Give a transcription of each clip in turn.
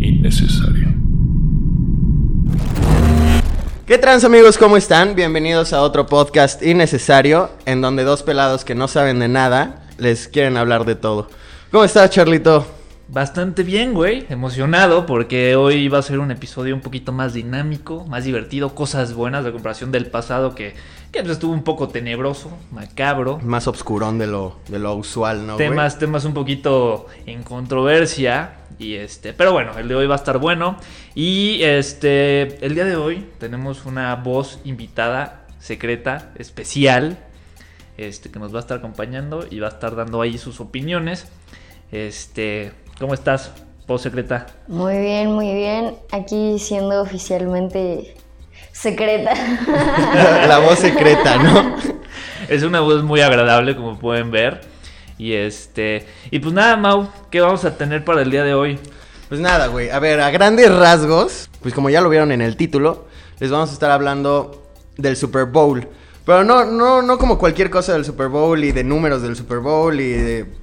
innecesario. ¿Qué trans amigos? ¿Cómo están? Bienvenidos a otro podcast innecesario en donde dos pelados que no saben de nada les quieren hablar de todo. ¿Cómo estás, Charlito? Bastante bien, güey. Emocionado porque hoy va a ser un episodio un poquito más dinámico, más divertido, cosas buenas de comparación del pasado que, que pues, estuvo un poco tenebroso, macabro. Más obscurón de lo, de lo usual, ¿no? güey? Temas, temas un poquito en controversia. Y este, pero bueno, el de hoy va a estar bueno. Y este, el día de hoy tenemos una voz invitada, secreta, especial, este, que nos va a estar acompañando y va a estar dando ahí sus opiniones. Este, ¿cómo estás, voz secreta? Muy bien, muy bien. Aquí siendo oficialmente secreta. La voz secreta, ¿no? Es una voz muy agradable, como pueden ver. Y este, y pues nada, Mau, ¿qué vamos a tener para el día de hoy? Pues nada, güey. A ver, a grandes rasgos, pues como ya lo vieron en el título, les vamos a estar hablando del Super Bowl. Pero no, no, no como cualquier cosa del Super Bowl y de números del Super Bowl y de,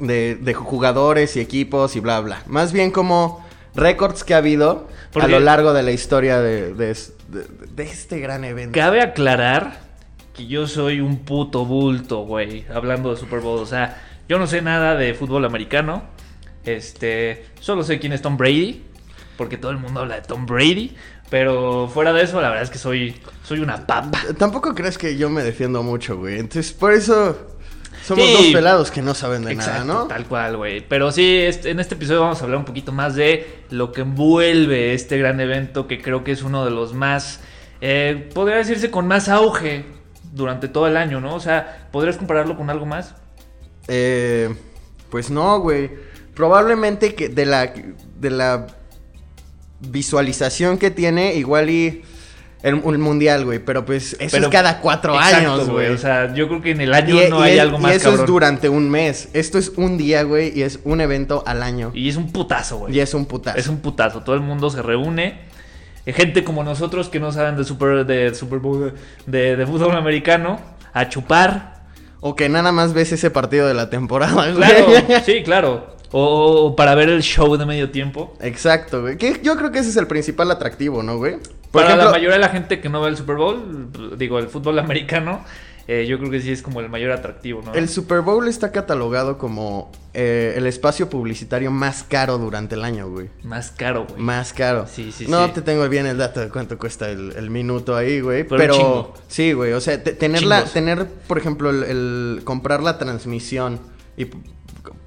de, de jugadores y equipos y bla, bla. Más bien como récords que ha habido a Porque- lo largo de la historia de, de es- de- de este gran evento. Cabe aclarar que yo soy un puto bulto, güey, hablando de Super Bowl. O sea, yo no sé nada de fútbol americano. Este, solo sé quién es Tom Brady, porque todo el mundo habla de Tom Brady. Pero fuera de eso, la verdad es que soy, soy una papa. Tampoco crees que yo me defiendo mucho, güey. Entonces, por eso somos Sí. dos pelados que no saben de Exacto, nada, ¿no? tal cual, güey. Pero sí, este- en este episodio vamos a hablar un poquito más de lo que envuelve este gran evento que creo que es uno de los más, eh, podría decirse con más auge durante todo el año, ¿no? O sea, ¿podrías compararlo con algo más? Eh, pues no, güey. Probablemente que de la de la visualización que tiene igual y el, el mundial, güey. Pero pues eso Pero- es cada cuatro Exacto, años, güey. O sea, yo creo que en el año y, e- no y hay es- algo y más eso cabrón. es durante un mes. Esto es un día, güey, y es un evento al año. Y, Y es un putazo, güey. es un putazo. Es un putazo. Todo el mundo se reúne. Eh, Gente como nosotros que no saben de Super, de Super Bowl, de, de fútbol americano, a chupar. O que nada más ves ese partido de la temporada, güey. Claro, sí, claro. O, o para ver el show de medio tiempo. Exacto, güey. Que yo creo que ese es el principal atractivo, ¿no, güey? para la mayoría de la gente que no ve el Super Bowl, digo, el fútbol americano, eh, yo creo que sí es como el mayor atractivo, ¿no? El Super Bowl está catalogado como eh, el espacio publicitario más caro durante el año, güey. Más caro, güey. Más caro. Sí, sí, No sí. te tengo bien el dato de cuánto cuesta el, el minuto ahí, güey. Pero Pero, un chingo. sí, güey. O sea, te- tener, la, Chingos. tener, por ejemplo, el, el comprar la transmisión y p-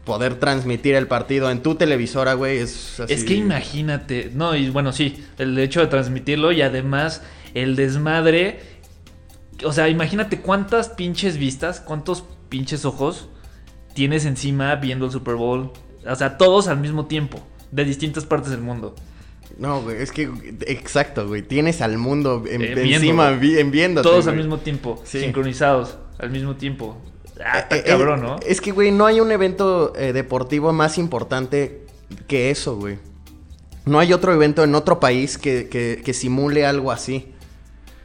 poder transmitir el partido en tu televisora, güey, es así. Es que imagínate, no, y bueno, sí, el hecho de transmitirlo y además el desmadre. O sea, imagínate cuántas pinches vistas, cuántos pinches ojos tienes encima viendo el Super Bowl. O sea, todos al mismo tiempo, de distintas partes del mundo. No, güey, es que exacto, güey. Tienes al mundo en- Eh, viendo, encima güey. vi- en viéndote. todos al güey. mismo tiempo, Sí. sincronizados, al mismo tiempo. Ah, está Eh, eh, cabrón, ¿no? Es que, güey, no hay un evento eh, deportivo más importante que eso, güey. No hay otro evento en otro país que, que- que simule algo así.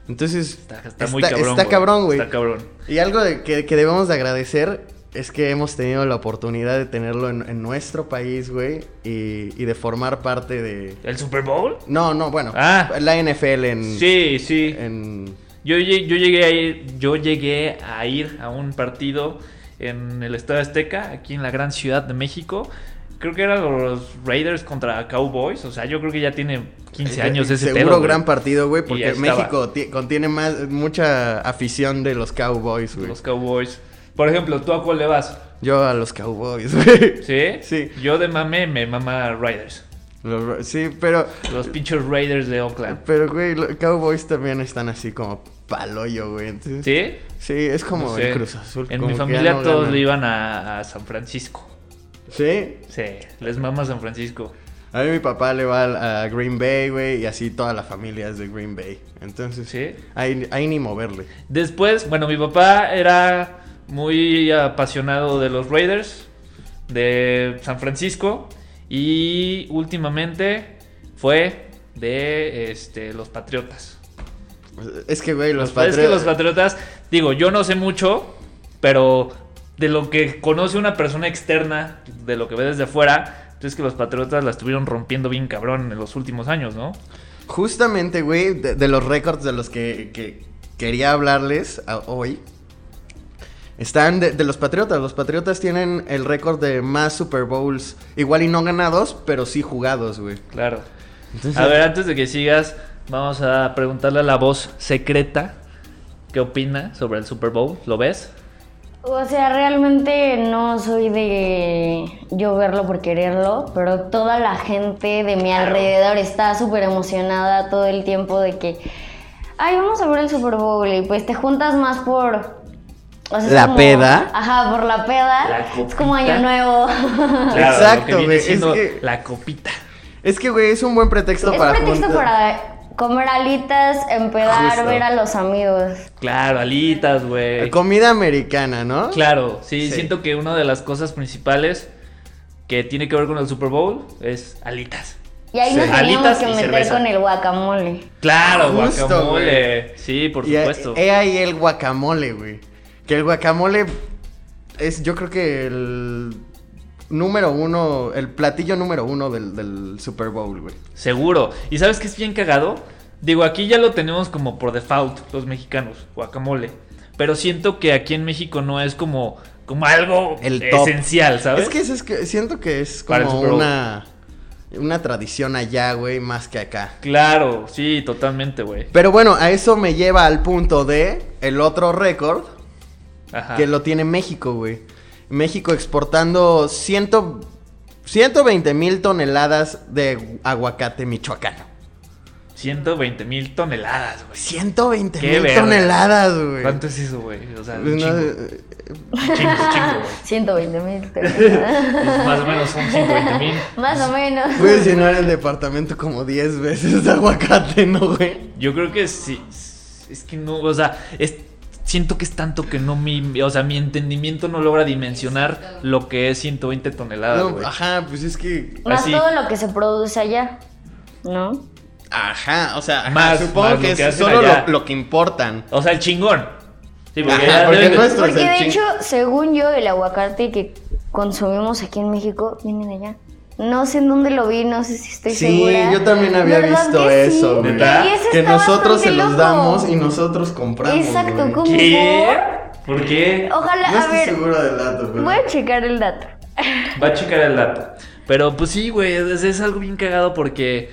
Entonces, Está, está muy cabrón. está cabrón, güey. Está cabrón. Y algo de que, que debemos de agradecer es que hemos tenido la oportunidad de tenerlo en, en nuestro país, güey, y, y de formar parte de... ¿El Super Bowl? No, no, bueno, Ah. la NFL en... Sí, sí. Eh. en- Yo, lle- yo llegué a ir, yo llegué a ir a un partido en el Estadio Azteca, aquí en la gran ciudad de México. Creo que eran los Raiders contra Cowboys. O sea, yo creo que ya tiene 15 años ese Eh, Seguro pedo, güey. gran partido, güey, porque ahí estaba. México ti- contiene más, mucha afición de los Cowboys, güey. Los Cowboys. Por ejemplo, ¿tú a cuál le vas? Yo a los Cowboys, güey. ¿Sí? Sí. Yo de mame me mama Raiders. Los Ra- Sí, pero, Los pinches Raiders de Oakland. pero, güey, los Cowboys también están así como paloyo, güey. entonces- ¿Sí? Sí, es como No el sé. Cruz Azul. En como mi que ya familia no todos ganan. le iban a, a San Francisco. Sí. Sí, les mama San Francisco. A mí mi papá le va al- a Green Bay, güey, y así toda la familia es de Green Bay. Entonces, Sí. ahí, ahí ni moverle. Después, bueno, mi papá era muy apasionado de los Raiders, de San Francisco, y últimamente fue de este, los Patriotas. Es que, güey, los, Es que Patriotas- los Patriotas, digo, yo no sé mucho, pero de lo que conoce una persona externa, de lo que ve desde afuera, Entonces que los Patriotas la estuvieron rompiendo bien cabrón en los últimos años, ¿no? Justamente, güey, de, de los récords de los que, que quería hablarles a- hoy. Están de, de los Patriotas. Los Patriotas tienen el récord de más Super Bowls. Igual y no ganados, pero sí jugados, güey. Claro. Entonces- A ver, antes de que sigas, vamos a preguntarle a la voz secreta qué opina sobre el Super Bowl. ¿Lo ves? O sea, realmente no soy de yo verlo por quererlo, pero toda la gente de mi alrededor está súper emocionada todo el tiempo de que, ay, vamos a ver el Super Bowl y pues te juntas más por... o sea, es La como- peda. Ajá, por la peda. La es como copita. Año Nuevo. Exacto, lo que viene güey, es siendo que- la copita. Es que, güey, es un buen pretexto es para. pretexto juntar- para comer alitas, empedar, Justo. ver a los amigos. Claro, alitas, güey. Comida americana, ¿no? Claro, sí, Sí. siento que una de las cosas principales que tiene que ver con el Super Bowl es alitas. Y ahí Sí. nos teníamos Alitas que y meter cerveza. con el guacamole. Claro, Justo, guacamole. Sí, por Y eh, he- supuesto. He ahí el guacamole, güey. Que el guacamole es, yo creo que el número uno, el platillo número uno del, del Super Bowl, güey. Seguro. ¿Y sabes qué es bien cagado? Digo, aquí ya lo tenemos como por default, los mexicanos, guacamole. Pero siento que aquí en México no es como, como algo El top. esencial, ¿sabes? Es que, es, es que siento que es Para el como Super Bowl. una, una tradición allá, güey, más que acá. Claro, sí, totalmente, güey. Pero bueno, a eso me lleva al punto de el otro récord Ajá. que lo tiene México, güey. México exportando 100, 120 mil toneladas de aguacate michoacano. 120 mil toneladas, güey. 120 Qué mil verga. toneladas, güey. ¿Cuánto es eso, güey? O sea, un Pues no, chingo, eh, un chingo, un chingo, güey. 120 mil. Pues más o menos son 120 mil. Más o menos. Puedes llenar el departamento como 10 veces de aguacate, ¿no, güey? Yo creo que sí. Es que no, o sea, es- siento que es tanto que no mi, o sea, mi entendimiento no logra dimensionar lo que es 120 toneladas, No, güey. ajá, pues es que. Más Así. todo lo que se produce allá, ¿no? Ajá, o sea, ajá, Más- supongo más que lo es que hacen solo allá. lo, lo que importan. O sea, el chingón. Sí, Ajá, porque, ya porque deben de- no es- Porque el de ching- hecho, según yo, el aguacate que consumimos aquí en México viene de allá. No sé en dónde lo vi, no sé si estoy Sí, segura. yo también había ¿Verdad visto que eso, sí? güey. ¿Neta? Y eso Que está nosotros se bastante los loco. damos y nosotros compramos. Exacto, güey. ¿cómo? ¿Qué? ¿Por qué? Ojalá, No a estoy ver, seguro del dato, pero. voy a checar el dato. Va a checar el dato. Pero pues sí, güey, es, es algo bien cagado porque,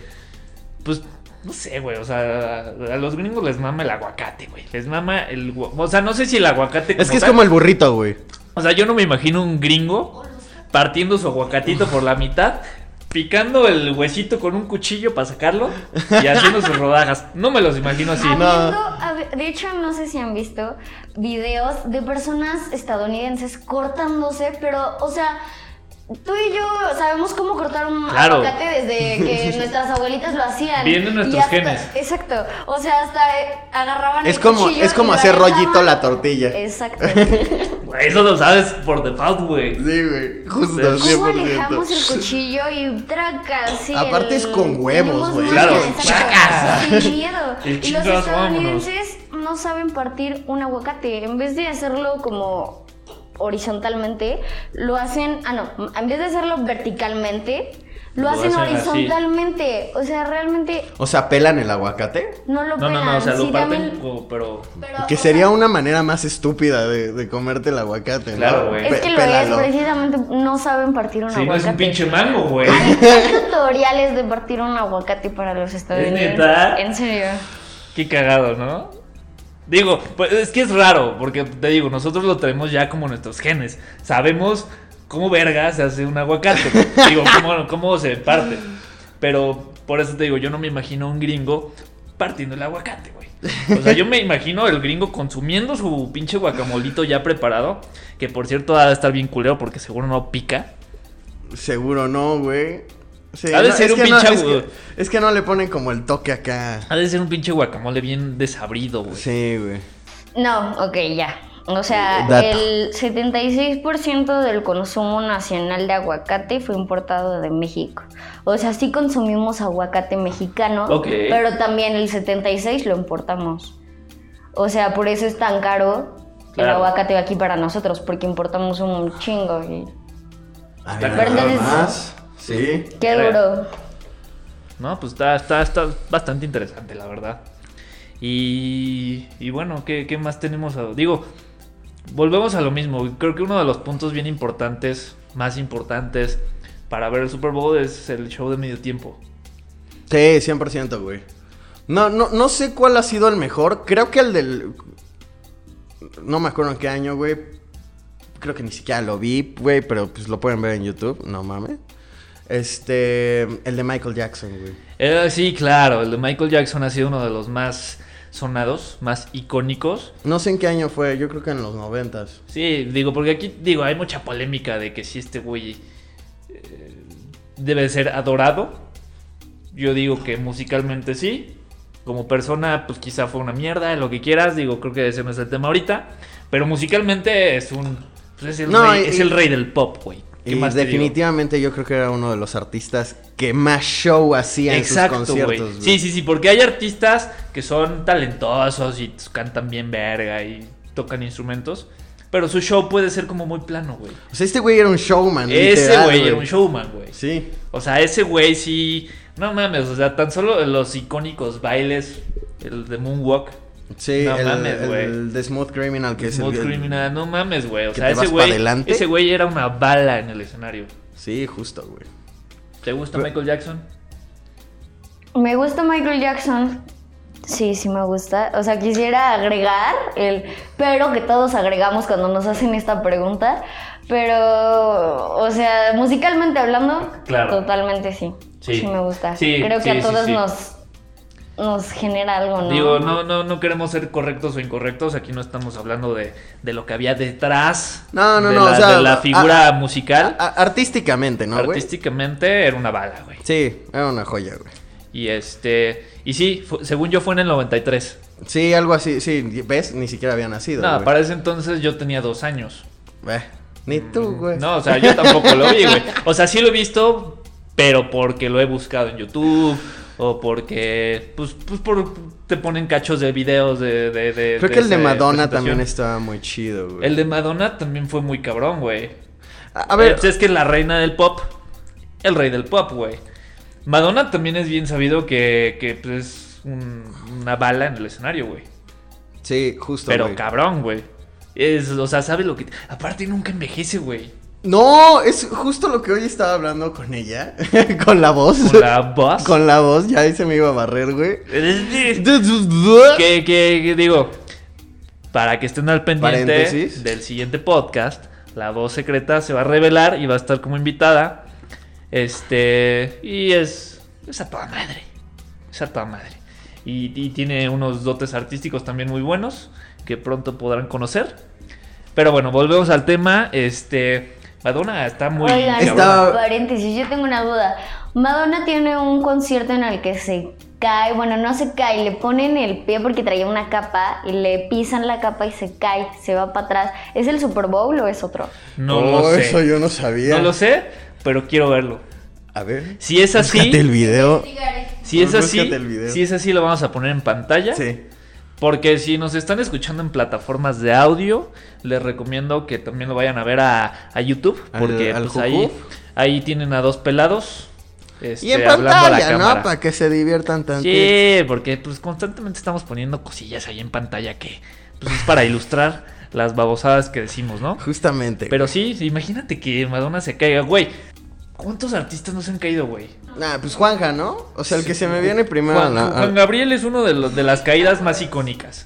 pues, no sé, güey, o sea, a, los gringos les mama el aguacate, güey. Les mama el... gua- O sea, no sé si el aguacate... Es que es tal- como el burrito, güey. O sea, yo no me imagino un gringo partiendo su aguacatito por la mitad, picando el huesito con un cuchillo para sacarlo y haciendo sus rodajas. No me los imagino así. no. Habiendo- hab- de hecho, no sé si han visto videos de personas estadounidenses cortándose, pero, o sea, tú y yo sabemos cómo cortar un Claro. aguacate desde que nuestras abuelitas lo hacían. Vienen Y nuestros hasta- genes. Exacto. O sea, hasta eh, agarraban Es el como, cuchillo es como y lo hacer agarraban. rollito la tortilla. Exacto. Güey, Eso lo sabes por default, güey. Sí, güey. Justo, ¿Cómo ¿Cómo 100%. alejamos el cuchillo y tracas? Sí, Aparte es con huevos, güey. Claro, Tracas. tracas. Sin miedo. El y los chingazo, vámonos. estadounidenses no saben partir un aguacate. En vez de hacerlo como horizontalmente, lo hacen. Ah, no. En vez de hacerlo verticalmente, lo, Lo hacen, hacen así. horizontalmente. O sea, realmente O sea, pelan el aguacate. no lo No, no, no, pelan. o sea, Sí, lo parten, también- como- pero... pero, Que o sea, sería una manera más estúpida de, de comerte el aguacate. ¿no? Claro, güey. Es que lo pélalo. es, precisamente no saben partir un Sí, no aguacate. es un pinche mango, güey. Hay tutoriales de partir un aguacate para los estadounidenses. neta? En serio. Qué cagado, ¿no? Digo, pues es que es raro, porque te digo, nosotros lo tenemos ya como nuestros genes. Sabemos cómo verga se hace un aguacate. digo, cómo, cómo se parte. Pero por eso te digo, yo no me imagino a un gringo partiendo el aguacate, güey. O sea, yo me imagino el gringo consumiendo su pinche guacamolito ya preparado. Que por cierto, ha de estar bien culero porque seguro no pica. Seguro no, güey. Sí, Ha de no, ser es un que no, pinche es, agu- que, es que no le ponen como el toque acá. Ha de ser un pinche guacamole bien desabrido, güey. Sí, güey. No, ok, ya. O sea, Dato. el 76% del consumo nacional de aguacate fue importado de México. O sea, sí consumimos aguacate mexicano, Ok. pero también el 76% lo importamos. O sea, por eso es tan caro el Claro. aguacate aquí para nosotros, porque importamos un chingo. y- A Está ver, cabrón. más. Sí. Qué Verga. duro. No, pues está, está, está bastante interesante, la verdad. Y, y bueno, ¿qué, qué más tenemos? A- digo, volvemos a lo mismo. Creo que uno de los puntos bien importantes, más importantes para ver el Super Bowl es el show de medio tiempo. Sí, 100%, güey. No, no, no sé cuál ha sido el mejor. Creo que el del... No me acuerdo en qué año, güey. Creo que ni siquiera lo vi, güey, pero pues lo pueden ver en YouTube, no mames. Este, el de Michael Jackson, güey. Eh, sí, claro, el de Michael Jackson ha sido uno de los más sonados, más icónicos. No sé en qué año fue, yo creo que en los noventas. Sí, digo, porque aquí, digo, hay mucha polémica de que si este güey eh, debe ser adorado. Yo digo que musicalmente sí. Como persona, pues quizá fue una mierda, lo que quieras. Digo, creo que ese no es el tema ahorita. Pero musicalmente es un. pues es, el No, rey, y- es el rey del pop, güey. ¿Qué Y más te digo? definitivamente yo creo que era uno de los artistas que más show hacía en sus güey. conciertos, Sí, sí, sí, porque hay artistas que son talentosos y cantan bien verga y tocan instrumentos. Pero su show puede ser como muy plano, güey. O sea, este güey era un showman, Ese literal, güey era un showman, güey. Sí. O sea, ese güey sí. No mames, o sea, tan solo los icónicos bailes, el de Moonwalk, Sí, No el, mames, el- güey. el de Smooth Criminal, que es el- Smooth el, Criminal, no mames, güey. O que sea, te ese vas pa' güey. adelante. Ese güey era una bala en el escenario. Sí, justo, güey. ¿Te gusta Pero- Michael Jackson? Me gusta Michael Jackson. Sí, sí me gusta. O sea, quisiera agregar el pero que todos agregamos cuando nos hacen esta pregunta. Pero, o sea, musicalmente hablando, Claro. totalmente sí. Sí. sí. me gusta. Sí, Creo que sí, a sí, todos sí. nos nos genera algo, ¿no? Digo, no, no, no queremos ser correctos o incorrectos. Aquí no estamos hablando de, de lo que había detrás No, no, de, no, la, o sea, de la a- figura musical. A- artísticamente, ¿no, güey? Artísticamente era una bala, güey. Sí, era una joya, güey. Y este. Y sí, fu- según yo fue en el 93. Sí, algo así, sí, ¿ves? Ni siquiera había nacido, No, güey. para ese entonces yo tenía dos años. Eh, ni tú, güey. Mm, No, o sea, yo tampoco lo vi, güey. O sea, sí lo he visto, pero porque lo he buscado en YouTube o porque, pues, pues por, te ponen cachos de videos de... de, de- Creo que el de esa Madonna presentación. también estaba muy chido, güey. El de Madonna también fue muy cabrón, güey. A a ver, Pues es que es la reina del pop, el rey del pop, güey. Madonna también es bien sabido que, que pues, es un- una bala en el escenario, güey. sí, justo, Pero güey. cabrón, güey. Es, o sea, sabe lo que... Aparte nunca envejece, güey. No, es justo lo que hoy estaba hablando con ella, con la voz. Con la voz. Con la voz, ya ahí se me iba a barrer, güey. que, que- que digo, para que estén al pendiente Paréntesis. del siguiente podcast, la voz secreta se va a revelar y va a estar como invitada. Este, y es, es a toda madre. Es a toda madre. Y, y tiene unos dotes artísticos también muy buenos que pronto podrán conocer. Pero bueno, volvemos al tema. Este, Madonna está muy. Oigan, cabrona. Estaba- paréntesis, yo tengo una duda. Madonna tiene un concierto en el que se cae, bueno, no se cae, le ponen el pie porque traía una capa y le pisan la capa y se cae, se va para atrás. ¿Es el Super Bowl o es otro? No Oh, lo sé. Eso yo no sabía. No lo sé, pero quiero verlo. A ver. Si es así. Fíjate el video. Si es así, Pues Búscate el video. si es así lo vamos a poner en pantalla. Sí. Porque si nos están escuchando en plataformas de audio, les recomiendo que también lo vayan a ver a, a YouTube. Al- Porque al pues, ahí, Jucuf. ahí tienen a dos pelados. este, Y en hablando a la pantalla, cámara. ¿no? Para que se diviertan tanto. Sí, porque pues constantemente estamos poniendo cosillas ahí en pantalla que pues, es para ilustrar las babosadas que decimos, ¿no? Justamente. Pero sí, imagínate que Madonna se caiga, güey. ¿Cuántos artistas no se han caído, güey? Ah, pues Juanja, ¿no? O sea, el que se me viene primero Ah, a Juan, la- a- Juan Gabriel es uno de, los, de las caídas más icónicas.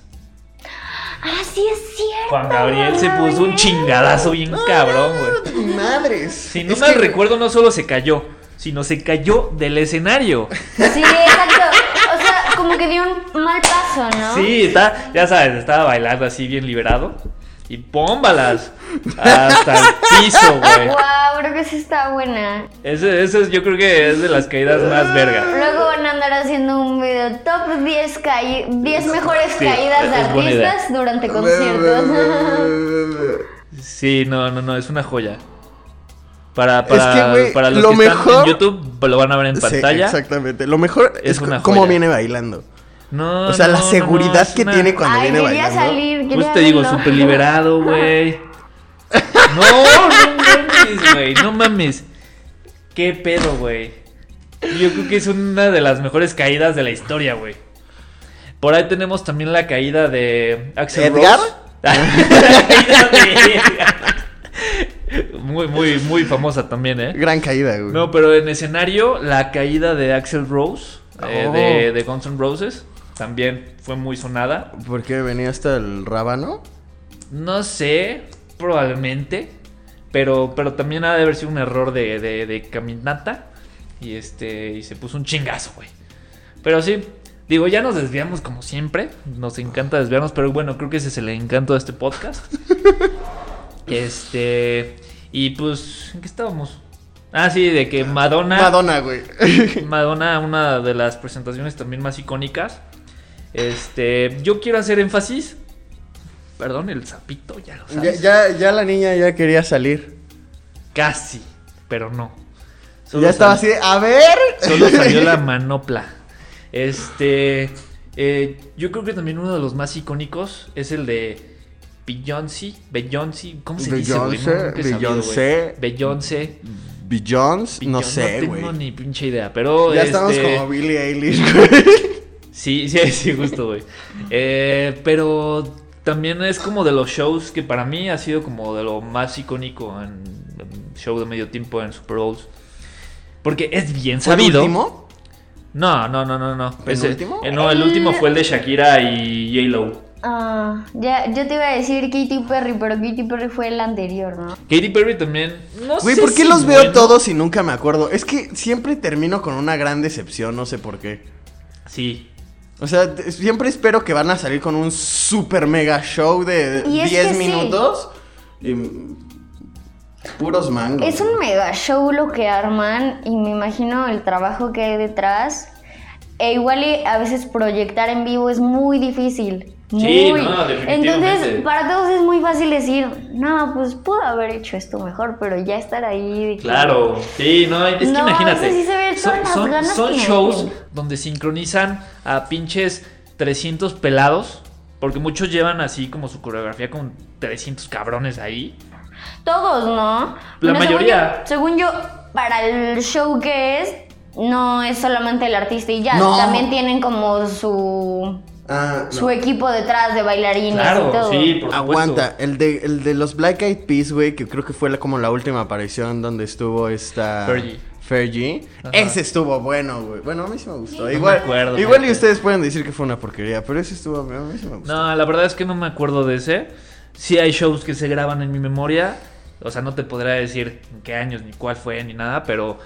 Ah, sí es cierto. Juan Gabriel se Gabriel. puso un chingadazo bien cabrón, güey. Madres. Si no Es mal que- recuerdo, no solo se cayó, sino se cayó del escenario. Sí, exacto. O sea, como que dio un mal paso, ¿no? Sí, está, ya sabes, estaba bailando así bien liberado. Y pómbalas hasta el piso, güey. Wow, creo que sí está buena. Ese, ese es- yo creo que es de las caídas más verga. Luego van a andar haciendo un video top 10, caí- 10 mejores Sí, caídas de es buena idea. artistas durante conciertos. Sí, no, no, no, es una joya. Para, para, que, güey, para los lo que están mejor- en YouTube lo van a ver en Sí, pantalla. exactamente. Lo mejor Es es, una c- cómo joya. viene bailando. No, O sea, la no, no, no, seguridad es que una- tiene cuando Ay, viene quería bailando. salir, quería Pues te digo, verlo. súper liberado, güey. No, no mames, güey, no mames. ¿Qué pedo, güey? Yo creo que es una de las mejores caídas de la historia, güey. Por ahí tenemos también la caída de Axel ¿Edgar? Rose. La caída de Edgar. muy, muy, muy famosa también, ¿eh? Gran caída, güey. No, pero en escenario, la caída de Axel Rose, eh, Oh. de, de Guns N' Roses, también fue muy sonada. ¿Por qué venía hasta el rábano? No sé, probablemente, pero, pero también ha de haber sido un error de, de- de caminata y, este, y se puso un chingazo, güey. Pero sí, digo, ya nos desviamos como siempre, nos encanta desviarnos, pero bueno, creo que ese es el encanto de este podcast. este, y pues, ¿en qué estábamos? Ah, sí, de que Madonna, güey. Madonna, una de las presentaciones también más icónicas. Este, yo quiero hacer énfasis. Perdón, el sapito, ya lo ya, sabes. ya, ya la niña ya quería salir. Casi, pero no. Solo ya estaba así sal- de, a ver. Solo salió la manopla. Este, eh, yo creo que también uno de los más icónicos es el de Beyoncé. Beyoncé, ¿cómo se dice? güey? No, Beyoncé, nunca he sabido, güey. Beyoncé. Beyoncé. Beyoncé, no Beyon- sé, No güey. tengo ni pinche idea, pero. ya estamos este, como Billie Eilish, güey. Sí, sí, sí, justo, güey. Eh, pero también es como de los shows que para mí ha sido como de lo más icónico en, en show de medio tiempo en Super Bowls. Porque es bien sabido. ¿El último? No, no, no, no, no. Ese- ¿Penúltimo? eh, no, el último fue el de Shakira y J-Lo. Ah, ya, yo te iba a decir Katy Perry, pero Katy Perry fue el anterior, ¿no? Katy Perry también. No Güey, sé ¿por qué si los veo bueno. todos y nunca me acuerdo? Es que siempre termino con una gran decepción, no sé por qué. Sí. O sea, t- siempre espero que van a salir con un super mega show de Y es 10 que sí. minutos. Y mm, puros mangos. Es un mega show lo que arman y me imagino el trabajo que hay detrás. E igual y a veces proyectar en vivo es muy difícil. Sí, muy. no, definitivamente. Entonces, para todos es muy fácil decir, no, pues pudo haber hecho esto mejor, pero ya estar ahí. de que- Claro, sí, no, es que No, imagínate. eso sí se ve son todas las son- ganas son que le shows meten. donde sincronizan a pinches 300 pelados, porque muchos llevan así como su coreografía con 300 cabrones ahí. Todos, ¿no? La Bueno, mayoría. Según yo, según yo, para el show que es, no es solamente el artista y ya. No. También tienen como su, Ah, no. su equipo detrás de bailarines y Claro, todo. sí, pues. por supuesto. Aguanta, el de, el de los Black Eyed Peas, güey, que creo que fue la- como la última aparición donde estuvo esta... Fergie. Fergie. Ajá. Ese estuvo bueno, güey. Bueno, a mí sí me gustó. me igual acuerdo, igual y fíjate. ustedes pueden decir que fue una porquería, pero ese estuvo, a mí sí me gustó. No, la verdad es que no me acuerdo de ese. Sí hay shows que se graban en mi memoria. O sea, no te podrá decir en qué años, ni cuál fue, ni nada, pero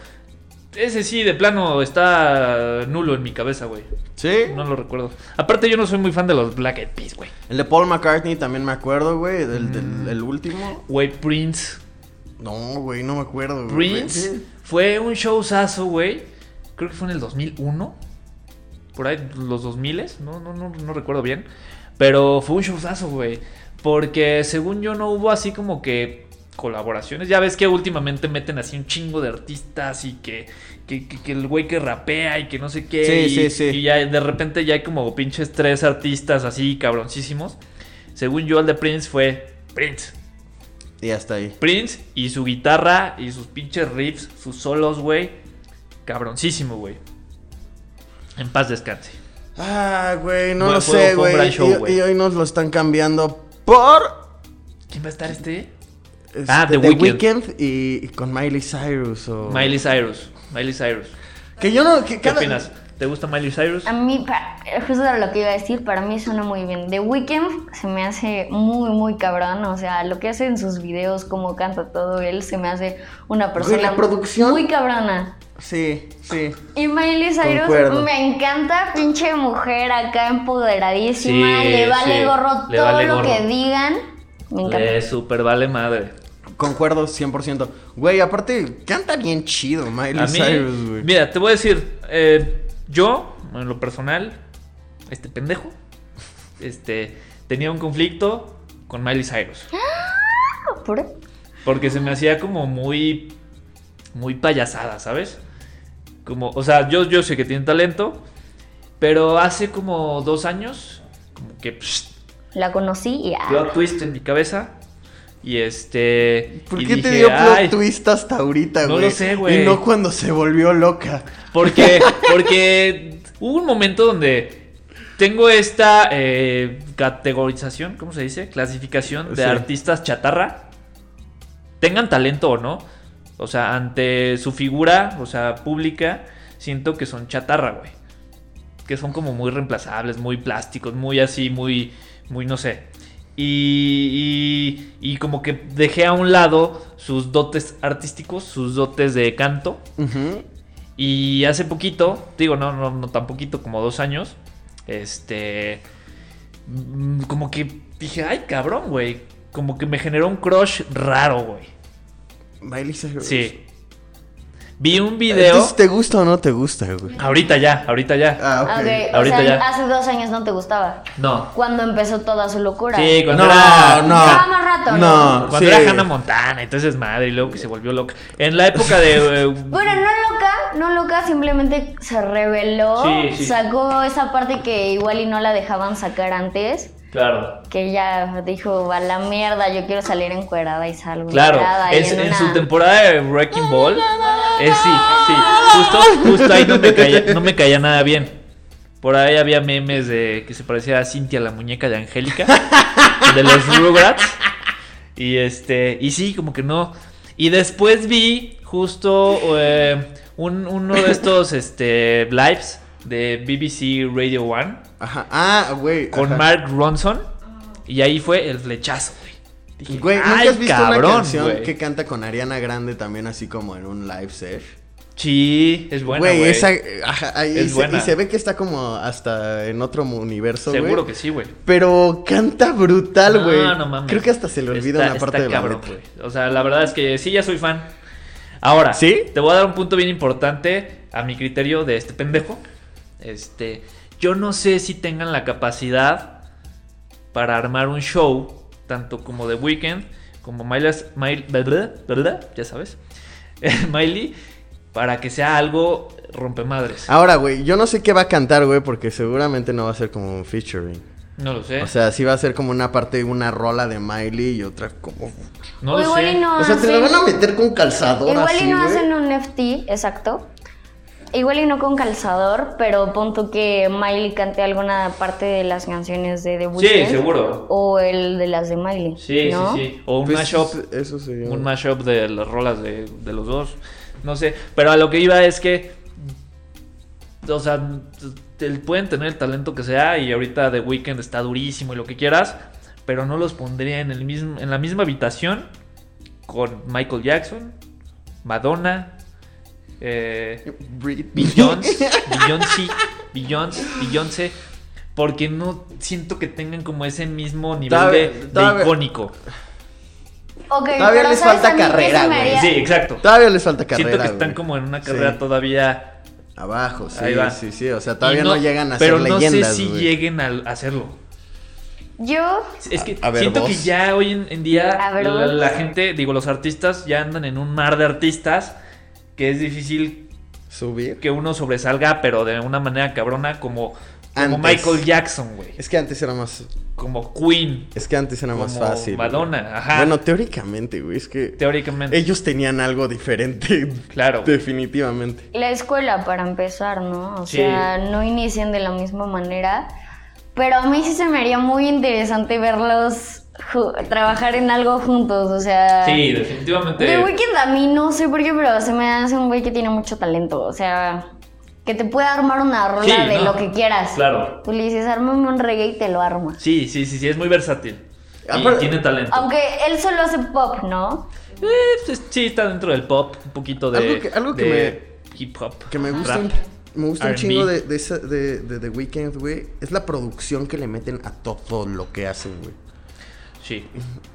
ese sí, de plano, está nulo en mi cabeza, güey. ¿Sí? No lo recuerdo. Aparte, yo no soy muy fan de los Black Eyed Peas, güey. El de Paul McCartney también me acuerdo, güey. El del el último. Güey, Prince. No, güey, no me acuerdo. güey. Prince Sí. fue un showzazo, güey. Creo que fue en el 2001. Por ahí, los 2000 no, no, no, no recuerdo bien. Pero fue un showzazo, güey. Porque según yo no hubo así como que colaboraciones. Ya ves que últimamente meten así un chingo de artistas y que, que, que- que el güey que rapea y que no sé qué. Sí, y, sí, sí. y ya de repente ya hay como pinches tres artistas así cabroncísimos. Según yo el de Prince fue Prince. Y hasta ahí. Prince y su guitarra y sus pinches riffs, sus solos, güey. Cabroncísimo, güey. En paz descanse. Ah, güey, no Fue- lo fue- sé, fue un güey. gran Y- show, güey. Y, hoy nos lo están cambiando por. ¿Quién va a estar este? este, Ah, The Weeknd. y, y con Miley Cyrus. O... Miley Cyrus. Miley Cyrus. Que yo no. Que, ¿Qué cada- opinas? ¿Te gusta Miley Cyrus? A mí, pa- justo era lo que iba a decir, para mí suena muy bien. The Weeknd se me hace muy, muy cabrón. O sea, lo que hace en sus videos, cómo canta todo él, se me hace una persona la producción. muy cabrona. Sí, sí. Y Miley Cyrus Concuerdo. me encanta, pinche mujer acá empoderadísima, Sí, le vale sí, gorro le todo vale lo gorro. que digan. Me encanta. Le super vale madre. Concuerdo 100%. Güey, aparte, canta bien chido Miley A mí, Cyrus, güey. mira, te voy a decir, eh, yo, en lo personal, este pendejo, este, tenía un conflicto con Miley Cyrus. Ah, ¿por? Porque se me hacía como muy. Muy payasada, ¿sabes? Como, o sea, yo, yo sé que tiene talento, pero hace como dos años, como que psh, La conocí y ah, plot twist en mi cabeza. Y este. ¿Por y qué te dije, dio plot "Ay, twist hasta ahorita, No güey? lo sé, güey. Y no cuando se volvió loca. Porque, porque hubo un momento donde tengo esta eh, categorización, ¿cómo se dice? Clasificación Sí. de artistas chatarra. Tengan talento o no. O sea, ante su figura, o sea, pública, siento que son chatarra, güey. Que son como muy reemplazables, muy plásticos, muy así, muy, muy no sé. Y, y, y como que dejé a un lado sus dotes artísticos, sus dotes de canto. Y hace poquito, digo, no, no, no tan poquito, como dos años, este. mm, Como que dije, ay, cabrón, güey. Como que me generó un crush raro, güey. Miley Cyrus. Sí. Vi un video. Entonces, Este ¿te gusta o no te gusta, güey? Ahorita ya, ahorita ya. Ah, Ah, ok, o Ahorita sea, ya. hace dos años no te gustaba. No. Cuando empezó toda su locura. Sí, cuando No, era. no. Llevaba más rato, ¿no? No, Cuando sí. era Hannah Montana, entonces madre, y luego que se volvió loca. En la época de. eh, Bueno, no loca, no loca, simplemente se reveló, Sí, sí. sacó esa parte que igual y no la dejaban sacar antes, Claro. que ella dijo, a la mierda, yo quiero salir encuerada y salgo Claro, encuerada y es, en una- su temporada de Wrecking Ball. eh, sí, sí. Justo, justo ahí no me, caía, no me caía nada bien. Por ahí había memes de que se parecía a Cintia, la muñeca de Angélica, de los Rugrats. Y este, y sí, como que no. Y después vi justo eh, un- uno de estos este, lives de BBC Radio One Ajá. Ah, güey. con ajá. Mark Ronson. Y ahí fue el flechazo, güey. Dije, Güey, ¿nunca "Ay, has visto cabrón, una canción güey". que canta con Ariana Grande también así como en un live set? Sí, es buena, Güey, güey. esa... ajá, ahí Es se- buena. Y se ve que está como hasta en otro universo, güey. Seguro que sí, güey. Pero canta brutal, güey. No, no mames. Creo que hasta se le olvida Está- una parte está de la cabrón, letra. güey. O sea, la verdad es que sí, ya soy fan. Ahora, ¿Sí? te voy a dar un punto bien importante a mi criterio de este pendejo. Este, yo no sé si tengan la capacidad para armar un show, tanto como The Weeknd, como Miley, Miley ¿verdad? Ya sabes. Miley, para que sea algo rompemadres. Ahora, güey, yo no sé qué va a cantar, güey, porque seguramente no va a ser como un featuring. No lo sé. O sea, sí va a ser como una parte, una rola de Miley y otra como... no O lo igual sé. y no o sea, te la hacen- van a meter con calzador Ah, Igual así, y no güey. hacen un NFT, exacto. Igual y no con calzador, pero pon tú que Miley cante alguna parte de las canciones de The Sí, Weeknd. seguro. O el de las de Miley. Sí, ¿no? sí, sí. O un Pues, um mashup. Eso sería... Un mashup de las rolas de, de los dos. No sé. Pero a lo que iba es que. O sea, t- t- pueden tener el talento que sea. Y ahorita The Weeknd está durísimo y lo que quieras. Pero no los pondría en, el mismo, en la misma habitación con Michael Jackson, Madonna, eh, Britney. Beyoncé, Beyoncé, Beyoncé, Beyoncé. Porque no siento que tengan como ese mismo nivel Todavía- de- de, todavía- icónico. Ok, Todavía pero les ¿sabes falta a mí qué carrera, se me güey. haría? Sí, exacto. Todavía les falta carrera, Siento que están güey. como en una Sí. carrera todavía. Abajo, sí, Ahí va. sí, sí. O sea, todavía y no, llegan a Pero ser no leyendas, sé si güey. lleguen a a hacerlo. Yo, Es que A- a ver, siento vos. que ya hoy en, en día A ver, la, vos. la gente, digo, los artistas ya andan en un mar de artistas que es difícil Subir. que uno sobresalga, pero de una manera cabrona como, como Antes. Michael Jackson, güey. Es que antes era más... Como Queen. Es que antes era más como fácil. güey. Madonna, ajá. Bueno, teóricamente, güey, es que... teóricamente. Ellos tenían algo diferente. Claro. Definitivamente. la escuela para empezar, ¿no? O Sí. sea, no inician de la misma manera. Pero a mí sí se me haría muy interesante verlos ju- trabajar en algo juntos, o sea... Sí, definitivamente. The Weeknd a mí no sé por qué, pero se me hace un güey que tiene mucho talento. O sea, que te puede armar una rola Sí, de no. lo que quieras. Claro. Tú le dices, ármame un reggae y te lo armas. Sí, sí, sí, sí, es muy versátil. Y Aparte- tiene talento. Aunque él solo hace pop, ¿no? Eh, pues, sí, está dentro del pop, un poquito de. Algo que- algo que de Hip hop. Que me gusta, rap. un, me gusta un R&B. chingo de, de, esa- de- de The Weeknd, güey. Es la producción que le meten a todo lo que hacen, güey. Sí.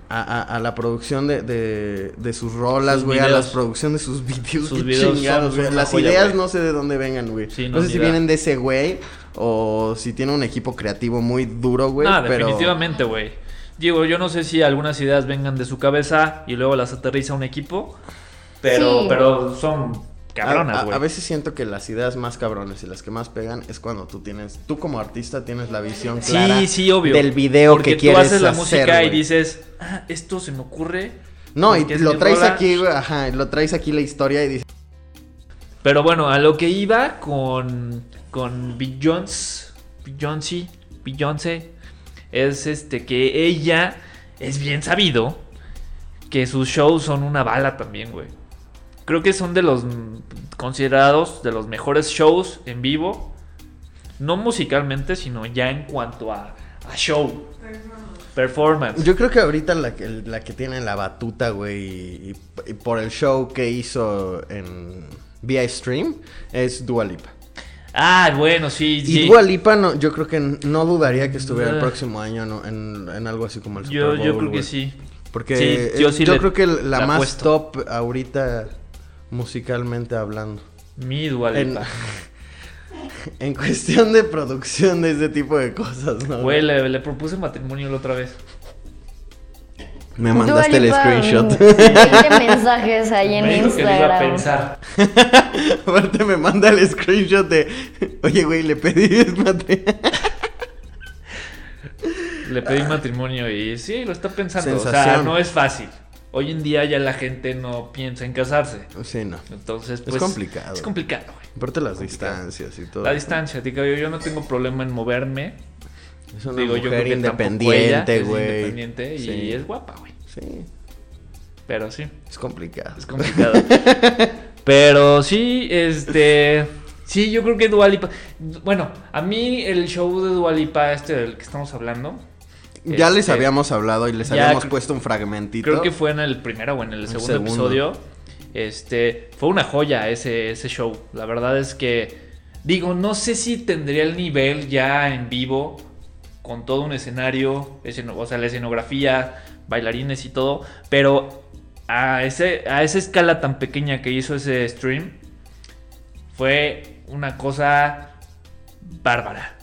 A, a- a la producción de, de- de sus rolas, Sus güey. A videos. las producción de sus videos. Sus qué videos chingados, son güey. una Las joya, ideas güey. no sé de dónde vengan, güey. Sí, no, no, sé ni si idea. vienen de ese güey o si tiene un equipo creativo muy duro, güey. no, pero... Ah, definitivamente, güey. Digo, yo no sé si algunas ideas vengan de su cabeza y luego las aterriza un equipo, pero, Sí. pero son cabronas, A- a- güey. A, veces siento que las ideas más cabronas y las que más pegan es cuando tú tienes, tú como artista tienes la visión Sí, clara sí, obvio. del video Porque que quieres tú haces la hacer, música y güey. dices, ah, esto se me ocurre. No, y porque es lo mi traes rola". aquí, güey, ajá, y lo traes aquí la historia y dices, Pero bueno, a lo que iba con, con Beyoncé, Beyoncé, Beyoncé, es este que ella es bien sabido que sus shows son una bala también, güey. Creo que son de los mm, considerados de los mejores shows en vivo, no musicalmente, sino ya en cuanto a, a show, performance. yo creo que ahorita la que, la que tiene la batuta, güey, y, y por el show que hizo en vía stream es Dua Lipa. Ah, bueno, sí, sí. Y Dua Lipa, no, yo creo que no dudaría que estuviera el Ah. próximo año ¿no? en, en algo así como el Super yo, yo Bowl, creo que güey. sí. Porque Sí, eh, yo yo, sí le- creo que la, la más apuesto. top ahorita musicalmente hablando. Mi Dua En, Lipa. en cuestión de producción de ese tipo de cosas, ¿no? Güey, le, le propuse matrimonio la otra vez. Me Dua mandaste el Lipa, screenshot. mm, 20 mensajes ahí en Me dijo que lo iba a Instagram. pensar. Aparte me manda el screenshot de, oye, güey, le pedí mate- Le pedí matrimonio y sí, lo está pensando. O sea, Sensación. no es fácil. Hoy en día ya la gente no piensa en casarse. Sí, no. Es Entonces, pues. complicado. Es complicado, güey. Aparte las Complicado. distancias y todo. La distancia, digo, yo, yo no tengo problema en moverme. Es una digo, yo creo mujer que tampoco ella independiente, es güey. Independiente y Sí. es guapa, güey. Sí, Pero sí. es complicado. Es complicado. Pero sí, este. Sí, yo creo que Dualipa. Bueno, a mí el show de Dualipa, este del que estamos hablando. Ya les este, habíamos hablado y les ya habíamos cre- puesto un fragmentito. Creo que fue en el primero o en el segundo, segundo. episodio. Este. Fue una joya ese, ese show. La verdad es que. Digo, no sé si tendría el nivel ya en vivo. Con todo un escenario. esceno- o sea, la escenografía. Bailarines y todo. Pero a, ese, a esa escala tan pequeña que hizo ese stream. Fue una cosa bárbara.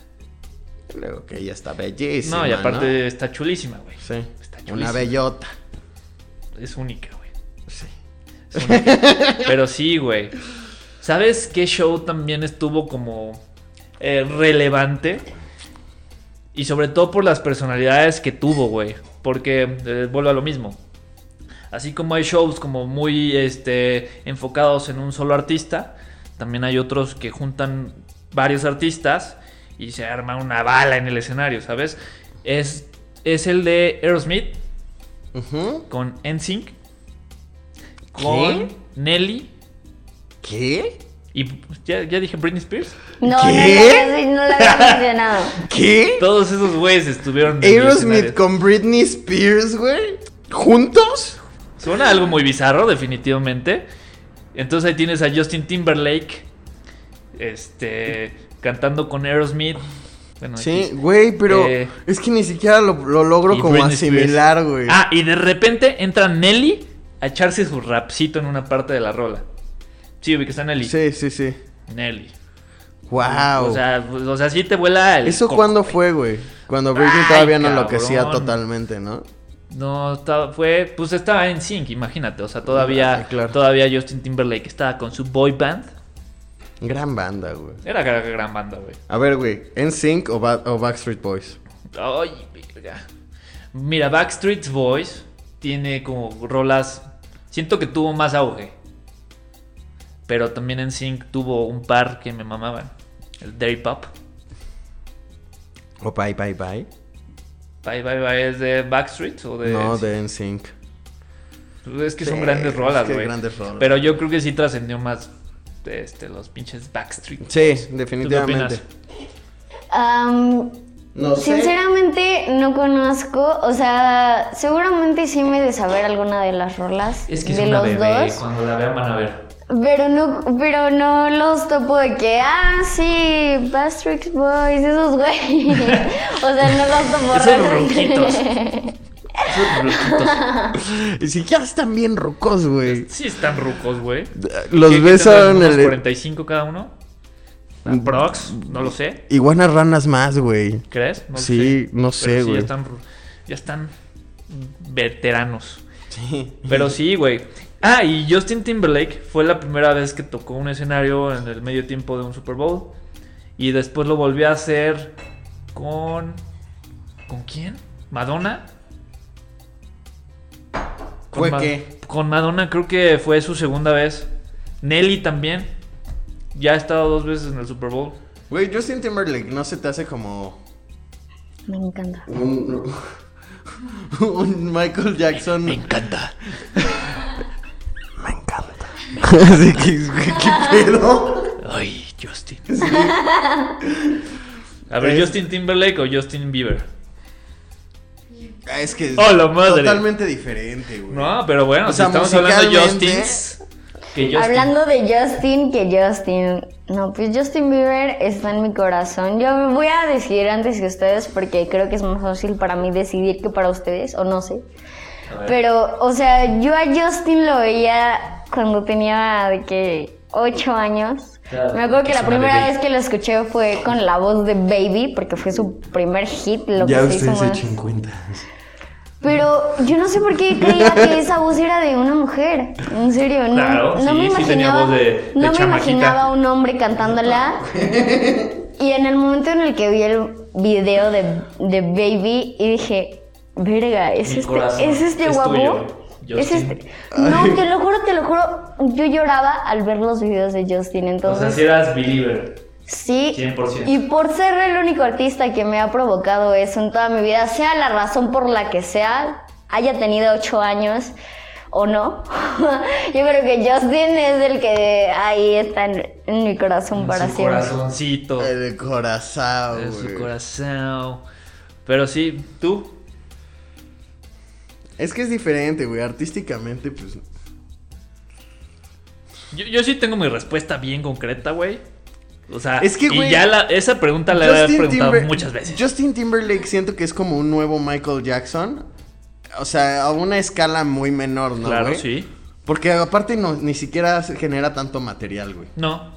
Creo que ella está bellísima. no, y aparte está chulísima, güey. Sí. Está Una chulísima. bellota. Es única, güey. Sí. Es única. Pero sí, güey. ¿Sabes qué show también estuvo como eh, relevante? Y sobre todo por las personalidades que tuvo, güey. Porque eh, vuelvo a lo mismo. Así como hay shows como muy este, enfocados en un solo artista, también hay otros que juntan varios artistas y se arma una bala en el escenario, ¿sabes? Es, es el de Aerosmith, Ujú. con NSYNC, ¿Qué? con Nelly ¿Qué? y pues, ya, ya dije Britney Spears. No, no, ¿Qué? no, no, no la había mencionado. ¿Qué? Todos esos güeyes estuvieron en Aerosmith escenarios. con Britney Spears, güey. ¿Juntos? Suena algo muy bizarro, definitivamente. Entonces ahí tienes a Justin Timberlake este cantando con Aerosmith. Bueno, Sí, X. güey, pero Eh, es que ni siquiera lo, lo logro y como Britney Spears. asimilar, güey. Ah, y de repente entra Nelly a echarse su rapcito en una parte de la rola. Sí, ubicas a Nelly. Sí, sí, sí. Nelly. Wow. O sea, pues, o sea, sí te vuela el ¿Eso coco, cuándo güey. fue, güey? Cuando Britney Ay, todavía no enloquecía cabrón. totalmente, ¿no? No, estaba, fue, pues estaba en sync, imagínate, o sea, todavía, Ah, claro. todavía Justin Timberlake estaba con su boy band. Gran banda, güey. Era gra- gran banda, güey. A ver, güey, ¿NSYNC o, Ba- o Backstreet Boys? Ay, verga. Mira, Backstreet Boys tiene como rolas, siento que tuvo más auge, pero también en sync tuvo un par que me mamaban, el Dairy Pop. ¿O Bye Bye Bye? Bye Bye Bye es de Backstreet o de... No, de NSYNC. Es que son Sí, grandes rolas, es que güey. grandes rolas. Pero yo creo que sí trascendió más este, los pinches Backstreet. Sí, ¿Tú qué opinas? definitivamente. Am, No sé. Sinceramente no conozco, o sea, seguramente sí me de saber alguna de las rolas Es que es de una los bebé. dos, Cuando la vean van a ver. pero no, pero no los topo de que, ah, sí, Bastrix Boys, esos güeyes, o sea, no los topo. Esos realmente. ruquitos. Esos ruquitos. Si ya están bien rocos, güey. Sí están rucos, güey. Los ¿Qué- qué besan tendrán, unos el... 45 cada uno? Prox, no lo sé. Iguanas ranas más, güey. ¿Crees? No lo Sí, no Pero sé, sí, ya güey. están, ru- ya están veteranos. Sí. Pero sí, güey. Ah, y Justin Timberlake fue la primera vez que tocó un escenario en el medio tiempo de un Super Bowl. Y después lo volvió a hacer con... ¿Con quién? ¿Madonna? Con ¿Fue Ma- qué? Con Madonna creo que fue su segunda vez. Nelly también. Ya ha estado dos veces en el Super Bowl. Güey, Justin Timberlake, ¿no se te hace como Me encanta. un, un Michael Jackson? Me encanta. Me encanta. ¿Qué, qué- qué pedo? Ay, Justin. Sí. A ver, Es- Justin Timberlake o Justin Bieber. Ah, Es que es ¡Oh, la madre! totalmente diferente, güey. No, pero bueno, O si sea, estamos hablando de musicalmente- Justins. Que Justin. Hablando de Justin, que Justin. No, pues Justin Bieber está en mi corazón. Yo me voy a decidir antes que ustedes porque creo que es más fácil para mí decidir que para ustedes, o no sé. A ver. Pero, o sea, yo a Justin lo veía cuando tenía de que 8 años. Claro, Me acuerdo que es la una primera bebé. vez que lo escuché fue con la voz de Baby, porque fue su primer hit, lo que se hizo más. cuenta. Pero yo no sé por qué creía que esa voz era de una mujer. En serio, no, Claro, no sí, me sí tenía imaginaba, voz de- de no me chamaquita. imaginaba un hombre cantándola. y en el momento en el que vi el video de, de Baby y dije, verga, es Mi este, corazón es este es guapo. tuyo, es Justin. este. No, te lo juro, te lo juro. Yo lloraba al ver los videos de Justin, o sea, entonces. si eras believer. Sí, 100%. y por ser el único artista que me ha provocado eso en toda mi vida, sea la razón por la que sea, haya tenido ocho años o no, yo creo que Justin es el que ahí está en, en mi corazón En para su siempre. corazoncito. El corazón, En su güey. corazón. Pero sí, tú. Es que es diferente, güey. Artísticamente, pues. Yo, yo sí tengo mi respuesta bien concreta, güey. O sea, Es que, y güey, ya la- esa pregunta la he preguntado Timber- muchas veces. Justin Timberlake siento que es como un nuevo Michael Jackson. O sea, a una escala muy menor, ¿no? claro, güey? sí. Porque aparte no, ni siquiera se genera tanto material, güey. No.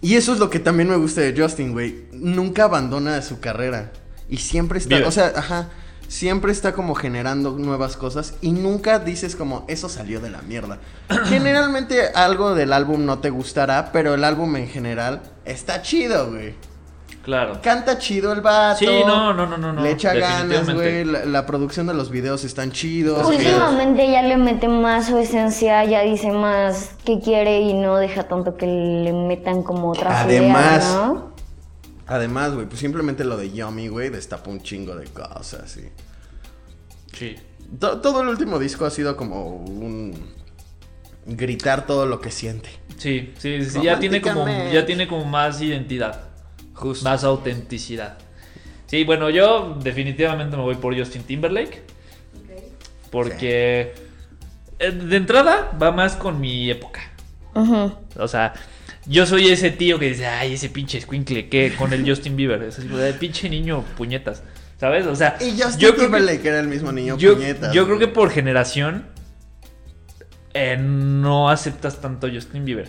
Y eso es lo que también me gusta de Justin, güey. Nunca abandona su carrera. Y siempre está, Vive. o sea, ajá, siempre está como generando nuevas cosas y nunca dices como, eso salió de la mierda. Generalmente algo del álbum no te gustará, pero el álbum en general está chido, güey. Claro. Canta chido el vato. Sí, no, no, no, no, no, Le echa ganas, güey. definitivamente. La, la producción de los videos están chidos. Pues Últimamente ya le mete más su esencia, ya dice más qué quiere y no deja tanto que le metan como otras Además, ideas, ¿no? Además, güey, pues simplemente lo de Yummy, güey, destapó un chingo de cosas, sí. Sí. To- todo el último disco ha sido como un gritar todo lo que siente. Sí, sí, sí, sí, ya tiene como Románticamente. ya tiene como más identidad, Justo. más autenticidad. Sí, bueno, yo definitivamente me voy por Justin Timberlake. Porque eh, de entrada va más con mi época. Ujú. O sea, yo soy ese tío que dice, "Ay, ese pinche escuincle que con el Justin Bieber, ese pinche niño puñetas." ¿Sabes? O sea, Y Justin yo creo que- Timberlake era el mismo niño yo, puñetas, yo creo que güey. por generación eh, no aceptas tanto a Justin Bieber.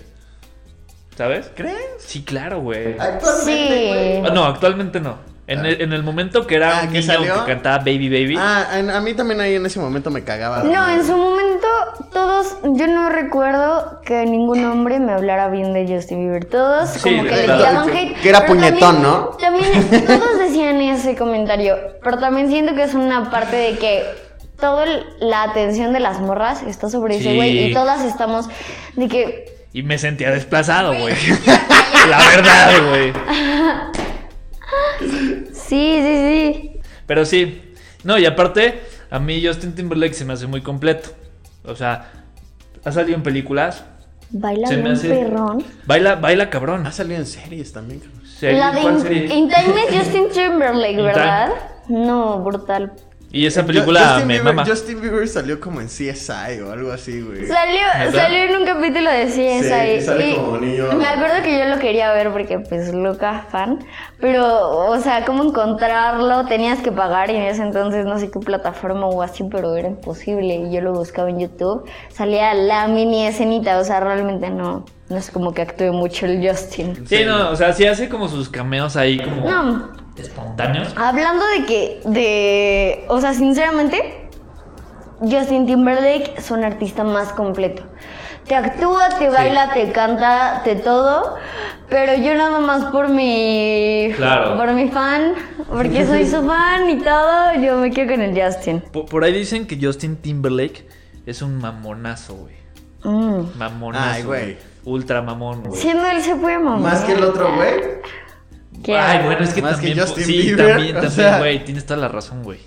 ¿Sabes? ¿Crees? Ah, Sí, claro, güey. Sí. Actualmente, güey. Ah, No, actualmente no. En el, en el momento que era Ah, un ¿que niño salió? que cantaba Baby Baby. Ah, en- a mí también ahí en ese momento me cagaba. No, en su momento todos, yo no recuerdo que ningún hombre me hablara bien de Justin Bieber. Todos Sí, como que le claro. tiraban hate. Que era pero puñetón, también- ¿no? También todos decían ese comentario, pero también siento que es una parte de que toda la atención de las morras está sobre ese Sí. güey y todas estamos de que Y me sentía desplazado, güey. La verdad, güey. sí, sí, sí. Pero sí. No, y aparte, a mí Justin Timberlake se me hace muy completo. O sea, ha salido en películas. Baila Se me bien hace- perrón. Baila, baila cabrón. Ha salido en series también. cabrón. Serie- la de ¿cuál In- serie? In Time es Justin Timberlake, Time. ¿verdad? No, brutal. Y esa Ju- película Justin me Bieber, mama. Justin Bieber salió como en CSI o algo así, güey. Salió, ¿Neta? salió en un capítulo de CSI. Sí, sale y como niño. Me acuerdo que yo lo quería ver porque, pues, loca fan. Pero, o sea, cómo encontrarlo, tenías que pagar y en ese entonces no sé qué plataforma o así, pero era imposible. Y yo lo buscaba en YouTube. Salía la mini escenita, o sea, realmente no, no es como que actúe mucho el Justin. Sí, no, o sea, sí hace como sus cameos ahí como No, espontáneos. Hablando de que, de, o sea, sinceramente, Justin Timberlake es un artista más completo. Te actúa, te baila, te canta, te todo, pero yo nada más por mi Claro. por mi fan, porque soy su fan y todo, yo me quedo con el Justin. Por, por ahí dicen que Justin Timberlake es un mamonazo, güey. Mm. Mamonazo. Ay, güey. Ultra mamón, güey. Siendo él se puede mamar. Más que el otro, güey. ¿Qué? Ay, bueno, es que Más que también. Justin sí, Bieber, también, o también, sea. güey. Tienes toda la razón, güey.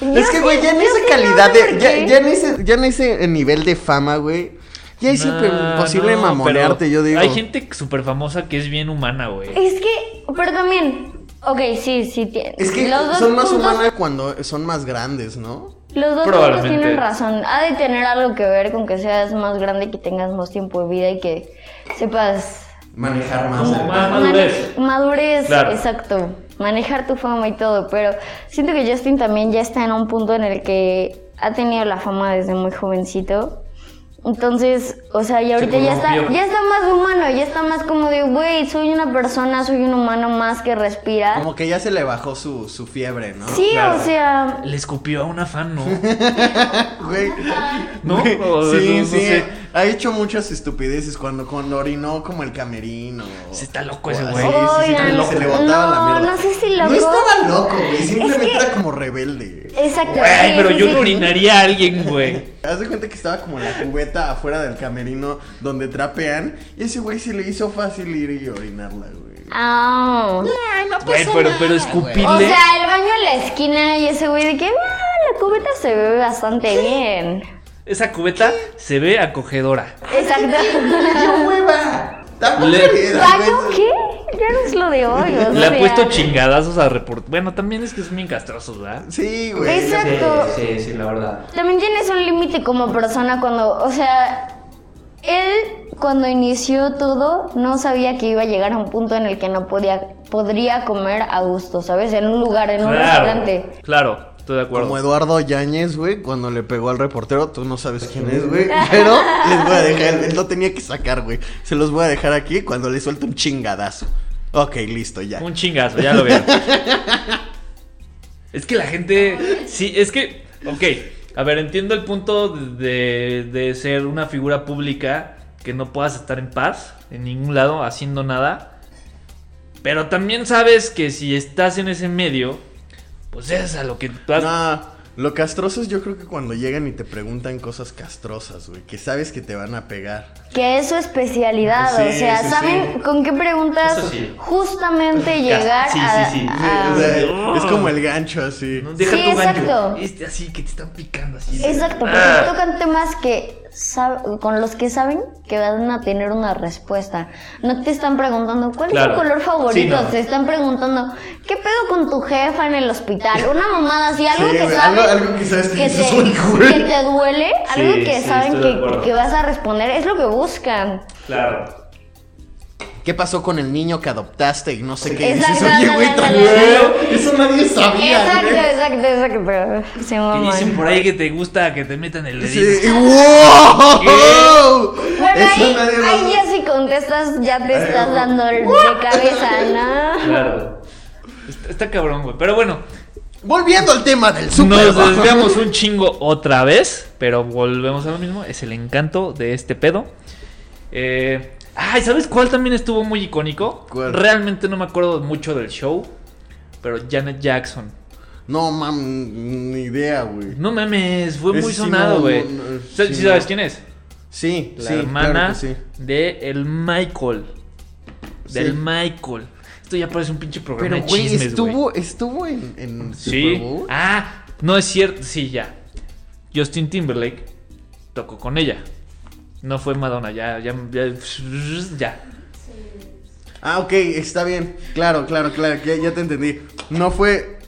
Yo Es que, sí- güey, ya en yo esa sí calidad no sé de. por Ya, qué. ya en ese, ya en ese nivel de fama, güey. Ya es No, súper imposible no, mamonearte, pero yo digo. Hay gente súper famosa que es bien humana, güey. Es que, pero también, ok, sí, sí. tie- Es que los dos son más puntos- humanas cuando son más grandes, ¿no? Los dos puntos Probablemente. tienen razón. Ha de tener algo que ver con que seas más grande, y que tengas más tiempo de vida y que sepas... Manejar más. Como el- más madurez. mane- Madurez, Claro. exacto. Manejar tu fama y todo, pero siento que Justin también ya está en un punto en el que ha tenido la fama desde muy jovencito. Entonces, o sea, y ahorita ya está, corrompió. ya está más humano, ya está más como de, güey, soy una persona, soy un humano más que respira. Como que ya se le bajó su, su fiebre, ¿no? Sí, Claro. o sea, Le escupió a una fan, ¿no? Güey. ¿No? Güey, O- sí, no- sí. no sé. Ha hecho muchas estupideces cuando, cuando orinó como el camerino. Sí, está loco ese O güey. así, sí, sí, Oigan, también se le botaba no, la mierda. no sé si No loco. estaba loco, güey. Simplemente que- era como rebelde. exacto. Güey, sí, pero sí, yo sí. no orinaría a alguien, güey. Haz de cuenta que estaba como en la cubeta afuera del camerino donde trapean. Y ese güey se le hizo fácil ir y orinarla, güey. Ah. Güey, pero, pero escupirle. O sea, el baño en la esquina y ese güey de que "Ah, la cubeta se ve bastante bien. Esa cubeta se ve acogedora. Exacto. ¡Qué hueva! Tampoco Le- le- ¿Baño qué? Ya no es lo de hoy. o Le ha sea. puesto chingadazos a report. Bueno, también es que son bien castrosos, ¿verdad? Sí, güey. Esa- Exacto. Sí, sí, sí, la verdad. También tienes un límite como persona cuando, o sea, él cuando inició todo no sabía que iba a llegar a un punto en el que no podía podría comer a gusto, ¿sabes? En un lugar, en un restaurante. Claro, claro, estoy de acuerdo. Como Eduardo Yáñez, güey, cuando le pegó al reportero, tú no sabes quién es, güey. Pero les voy a dejar, él lo tenía que sacar, güey. Se los voy a dejar aquí cuando le suelte un chingadazo. Ok, listo, ya. Un chingazo, ya lo veo. es que la gente. Sí, es que. Ok. A ver, entiendo el punto de, de ser una figura pública que no puedas estar en paz, en ningún lado, haciendo nada. Pero también sabes que si estás en ese medio, pues es a lo que tú has- No, lo castroso es yo creo que cuando llegan y te preguntan cosas castrosas, güey, que sabes que te van a pegar. Que es su especialidad, Sí, o sea, sí, ¿saben sí. con qué preguntas Eso sí. justamente llegar sí, a... sí, sí. a- O sea, Ah. es como el gancho así. No, deja Sí, tu gancho. exacto. Este así que te están picando así. Exacto, porque Ah. tocan temas que sab- con los que saben que van a tener una respuesta. No te están preguntando cuál Claro. es tu color favorito, Sí, no. te están preguntando qué pedo con tu jefa en el hospital, una mamada así, algo Sí, que güey, saben algo- algo que sabes que dices, te, "Uy, güey". que te duele, Sí, algo que sí, saben estoy de que, acuerdo. que vas a responder, es lo que buscan. Claro. ¿Qué pasó con el niño que adoptaste y no sé qué? Y dices, Exacto, oye, no, güey, no, tan no, no, feo. Eso nadie sabía, Exacto, güey. exacto, exacto. Se Que maman. dicen por ahí que te gusta que te metan el dedito. Sí, y ¡wow! Bueno, Eso ahí, nadie lo- ahí ya si contestas, ya te estás dando el de cabeza, ¿no? Claro. Está, está cabrón, güey. Pero bueno, Volviendo al tema del super. nos Bowl. desviamos un chingo otra vez, pero volvemos a lo mismo. Es el encanto de este pedo. Eh, ay, ¿sabes cuál también estuvo muy icónico? ¿Cuál? Realmente no me acuerdo mucho del show, pero Janet Jackson. No, mam, ni idea, güey. No mames, fue Ese muy sí, sonado, no, güey. no, no, ¿Sabes- sí, sí sabes no. quién es? Sí, La sí, hermana claro que sí. de el Michael. Del Sí. Michael. Esto ya parece un pinche programa Pero, de güey, chismes, güey. estuvo, estuvo en, en Super Sí. Bowl. Ah, no es cierto. Sí, ya. Justin Timberlake tocó con ella. No fue Madonna, ya, ya, ya. ya. Ah, ok, está bien. Claro, claro, claro, ya, ya te entendí. No fue.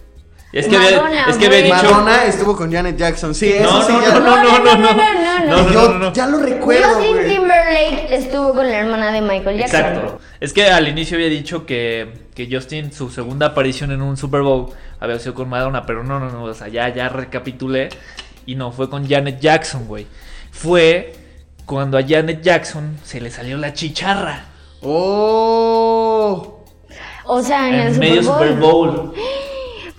Es que había- Madonna, es que había güey. dicho. Madonna estuvo con Janet Jackson. Sí, eso No, sí, no, ya lo- no, no, no, no, no, no, no, no, Yo no, no. ya lo recuerdo, Justin güey. Timberlake estuvo con la hermana de Michael Jackson. Exacto. Es que al inicio había dicho que, que Justin, su segunda aparición en un Super Bowl, había sido con Madonna, pero no, no, no. O sea, ya, ya recapitulé. Y no, fue con Janet Jackson, güey. Fue cuando a Janet Jackson se le salió la chicharra Oh. O sea, en, en, el medio Super Bowl. Super Bowl.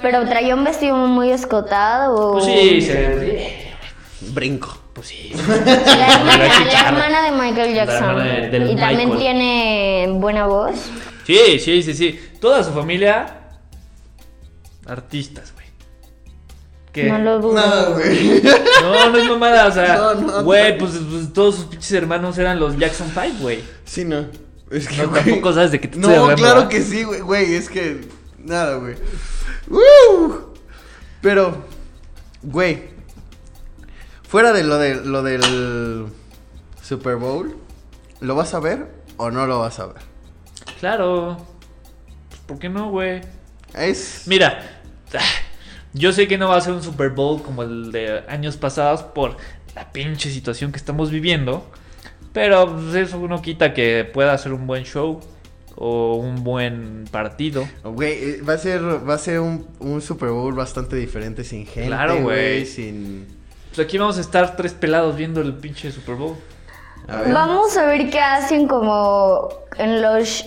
Pero traía un vestido muy escotado. Pues sí, se, Brinco. Pues sí. La hermana, Jackie la Chan. hermana de Michael La Jackson. hermana de- del y también Michael. tiene buena voz. Sí, sí, sí, sí. Toda su familia. Artistas, güey. ¿Qué? No lo dudo. Nada, güey. No, no es mamada, o No, no, sea, no. güey, pues, pues, todos sus pinches hermanos eran los Jackson 5, güey. Sí, no. Es que, No, güey, tampoco sabes de qué te No, estoy hablando, claro ¿ah? que sí, güey, güey. Es que. Nada, güey. ¡Woo! Pero, güey. Fuera de lo, de lo del Super Bowl, ¿lo vas a ver o no lo vas a ver? Claro. Pues, ¿Por qué no, güey? Es. Mira, yo sé que no va a ser un Super Bowl como el de años pasados por la pinche situación que estamos viviendo, pero pues, eso no quita que pueda ser un buen show o un buen partido. Güey, eh, va a ser, va a ser un, un Super Bowl bastante diferente sin gente. Claro, güey. Sin. Pues aquí vamos a estar tres pelados viendo el pinche Super Bowl. A ver. Vamos a ver qué hacen como en los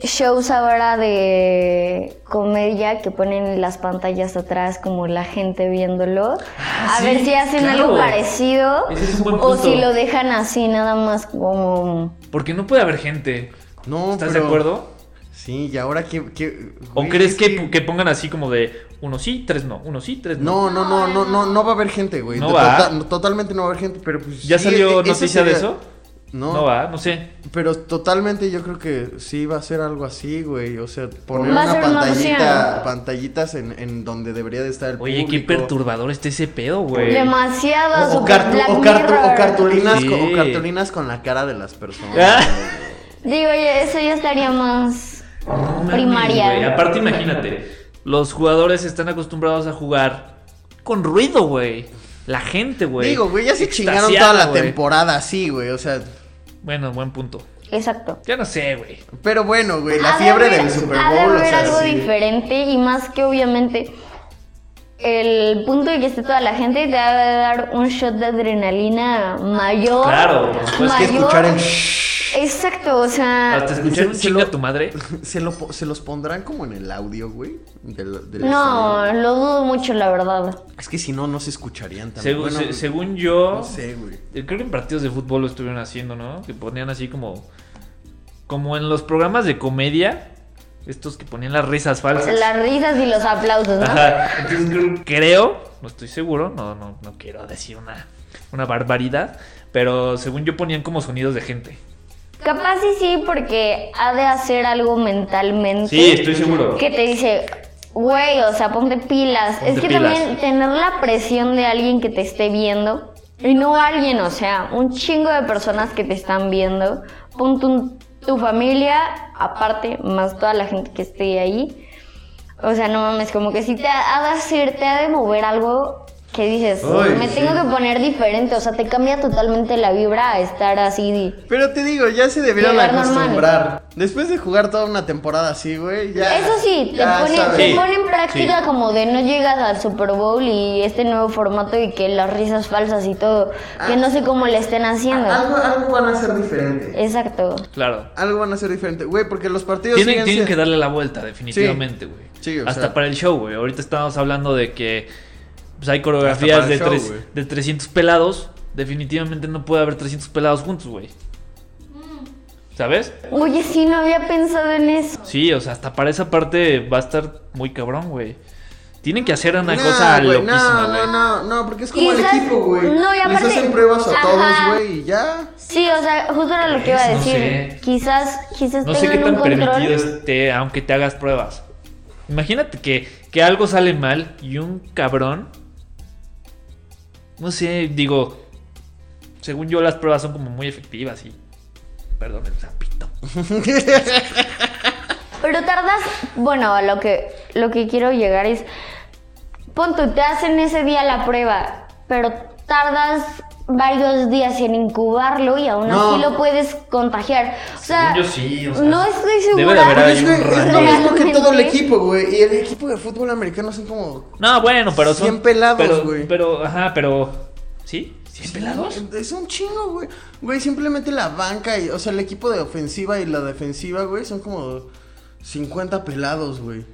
shows ahora de comedia que ponen las pantallas atrás como la gente viéndolo. Ah, a sí, ver si hacen claro. algo parecido Ese es un buen o punto. si lo dejan así nada más como... Porque no puede haber gente. No, ¿Estás pero- de acuerdo? Sí, y ahora que. que ¿O güey, crees es que, que pongan así como de uno sí, tres no, uno sí, tres no? No, no, no, no, no, no va a haber gente, güey. ¿No To- va? tota- no, totalmente no va a haber gente, pero pues. ¿Ya sí, salió e- esa noticia de sería- eso? No, No. va, no sé. pero totalmente yo creo que sí va a ser algo así, güey. O sea, poner Va a una ser una pantallita, opción. pantallitas en, en donde debería de estar el Oye, qué público. perturbador está ese pedo, güey. Demasiado O, o super cartu- Black o cartu- o Mirror. cartulinas Sí. con, o cartulinas con la cara de las personas. Ah. Digo, ya- eso ya estaría más No mames, primaria. güey. Aparte, imagínate, los jugadores están acostumbrados a jugar con ruido, güey. La gente, güey. Digo, güey, ya se Extasiada, chingaron toda la güey. temporada así, güey. O sea, Bueno, buen punto. Exacto. Ya no sé, güey. pero bueno, güey, Ha la de fiebre haber- del Super ha de Bowl, o haber sea, algo sí. diferente y más que obviamente el punto de que esté toda la gente te va a dar un shot de adrenalina mayor. Claro, por supuesto. Es que escuchar el Exacto, o sea, Hasta escuchar se- un se chinga lo- Pues, a tu madre. ¿Se, lo po- se los pondrán como en el audio, güey. Del- del sonido. no, lo dudo mucho la verdad. Es que si no, no se escucharían tan Según, se- según yo. pues, No sé, güey. Eh, Creo que en partidos de fútbol lo estuvieron haciendo, ¿no? Que ponían así como. Como en los programas de comedia. Estos que ponían las risas falsas. Las risas y los aplausos, ¿no? Ajá. Entonces creo, creo, no estoy seguro, no, no, no quiero decir una, una barbaridad. Pero según yo ponían como sonidos de gente. Capaz sí sí porque ha de hacer algo mentalmente. Sí, estoy seguro. que te dice, güey, o sea, ponte pilas. Ponte es que pilas. también tener la presión de alguien que te esté viendo, y no alguien, o sea, un chingo de personas que te están viendo, ponte un- tu familia, aparte, más toda la gente que esté ahí. O sea, no mames, como que si te ha ha de hacer, te ha de mover algo que dices, Ay, me sí. tengo que poner diferente, o sea, te cambia totalmente la vibra a estar así. Pero te digo, ya se debieron Llegar acostumbrar. Después de jugar toda una temporada así, güey, ya. Eso sí, te ya pone, sabes. te Sí, pone en práctica como de no llegas al Super Bowl y este nuevo formato y que las risas falsas y todo, que no sé cómo le estén haciendo. Algo, algo van a ser Eh. diferente. Exacto. Claro. Algo van a ser diferente, güey, porque los partidos Tienen, siguen tienen que siendo- darle la vuelta, definitivamente, güey. Sí, o hasta sea. para el show, güey. Ahorita estábamos hablando de que pues, hay coreografías Hasta de, para el tres- show, güey. de 300 pelados. Definitivamente no puede haber 300 pelados juntos, güey. ¿Sabes? Oye, sí, no había pensado en eso. Sí, o sea, hasta para esa parte va a estar muy cabrón, güey. Tienen que hacer una Nah, cosa güey, loquísima, no, güey. no, no, no, porque es como Quizás- el equipo, güey. no, y Les aparte- hacen pruebas a Ajá. todos, güey, y ya. Sí, o sea, justo era lo que iba a Pues No decir. sé. Quizás, quizás No sé tengan qué tan un control. permitido esté, aunque te hagas pruebas. Imagínate que, que algo sale mal y un cabrón. No sé, digo. Según yo, las pruebas son como muy efectivas y. Perdón, el zapito. Pero tardas, bueno, a lo que, lo que quiero llegar es, pon tú, te hacen ese día la prueba, pero tardas varios días en incubarlo y aún No. así lo puedes contagiar. O sea, Según yo sí, o sea, no estoy debe de segura. haber Pero ahí es, un que- es rango lo mismo que Realmente. todo el equipo, güey. Y el equipo de fútbol americano son como No, bueno, pero son. 100 pelados, pero- güey. Pero, ajá, pero. ¿Sí? ¿100 pelados? Es un chingo, güey. Güey, simplemente la banca, y, o sea, el equipo de ofensiva y la defensiva, güey, son como 50 pelados, güey.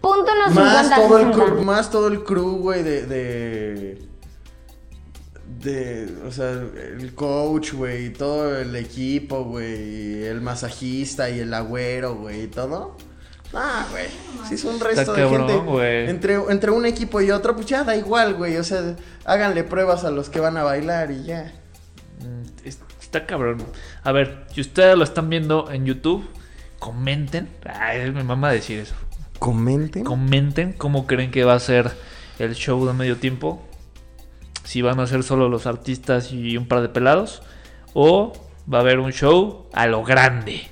Punto no Más 50, todo el 60. crew, más todo el crew, güey, de, de de, o sea, el coach, güey, y todo el equipo, güey, y el masajista y el agüero, güey, y todo. Ah, güey. Si es un resto Está de cabrón, gente. güey. Entre, entre un equipo y otro, pues ya da igual, güey. O sea, háganle pruebas a los que van a bailar y ya. Mm, es- Está cabrón. A ver, si ustedes lo están viendo en YouTube, comenten. Ay, me mama decir eso. Comenten. Comenten cómo creen que va a ser el show de medio tiempo. Si van a ser solo los artistas y un par de pelados. O va a haber un show a lo grande.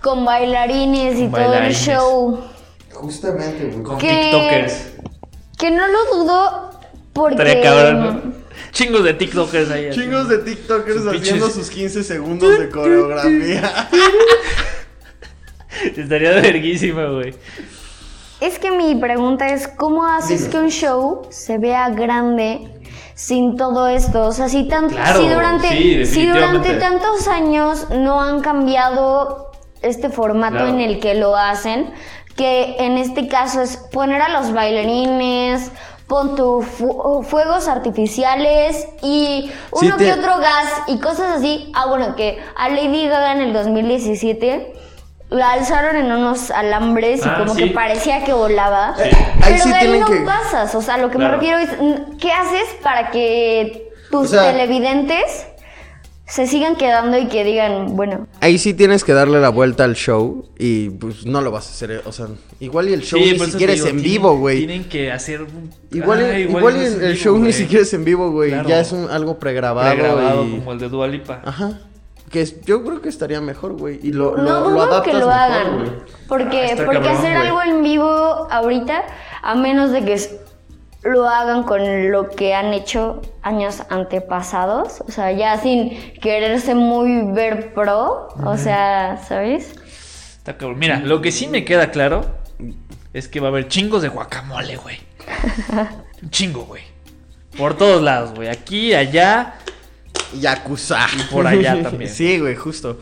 Con bailarines y Con todo bailarines. el show. Justamente, güey. Con ¿Qué? TikTokers. Que no lo dudo porque... Estaría cabrón, ¿no? Chingos de TikTokers ahí. así. Chingos de TikTokers Sus haciendo pinches- sus 15 segundos de coreografía. Estaría verguísima, güey. Es que mi pregunta es, ¿cómo haces que un show se vea grande sin todo esto? O sea, si, tan- Claro, si durante, sí, si durante definitivamente. tantos años no han cambiado este formato Claro. en el que lo hacen, que en este caso es poner a los bailarines, pon tu fu- fuegos artificiales y Sí, uno te- que otro gas y cosas así. Ah, bueno, que a Lady Gaga en el 2017 la alzaron en unos alambres y Ah, como sí. que parecía que volaba. Eh, ahí Pero sí de ahí tienen no que- pasas. O sea, lo que Claro. me refiero es, mm, ¿qué haces para que tus O sea- televidentes se sigan quedando y que digan, bueno, Ahí sí tienes que darle la vuelta al show y pues no lo vas a hacer. O sea, igual y el show ni por eso siquiera te es digo, en tienen- vivo, güey. Tienen que hacer. un- Igual, Ah, y- igual no y es el, en el vivo, show ni güey. siquiera es en vivo, güey. Claro. Ya es un, algo pregrabado. Pregrabado y- como el de Dualipa. Ajá. Que es- yo creo que estaría mejor, güey. Y lo, lo, no lo dudo que adaptas lo mejor, hagan. güey. Ah, porque está porque cabrón, hacer güey. algo en vivo ahorita, a menos de que s- lo hagan con lo que han hecho años antepasados, o sea, ya sin quererse muy ver pro, o sea, ¿sabes? Está cabrón. Mira, lo que sí me queda claro es que va a haber chingos de guacamole, güey. Un chingo, güey. Por todos lados, güey. Aquí, allá, Yakuza. Y por allá también. sí, güey, justo.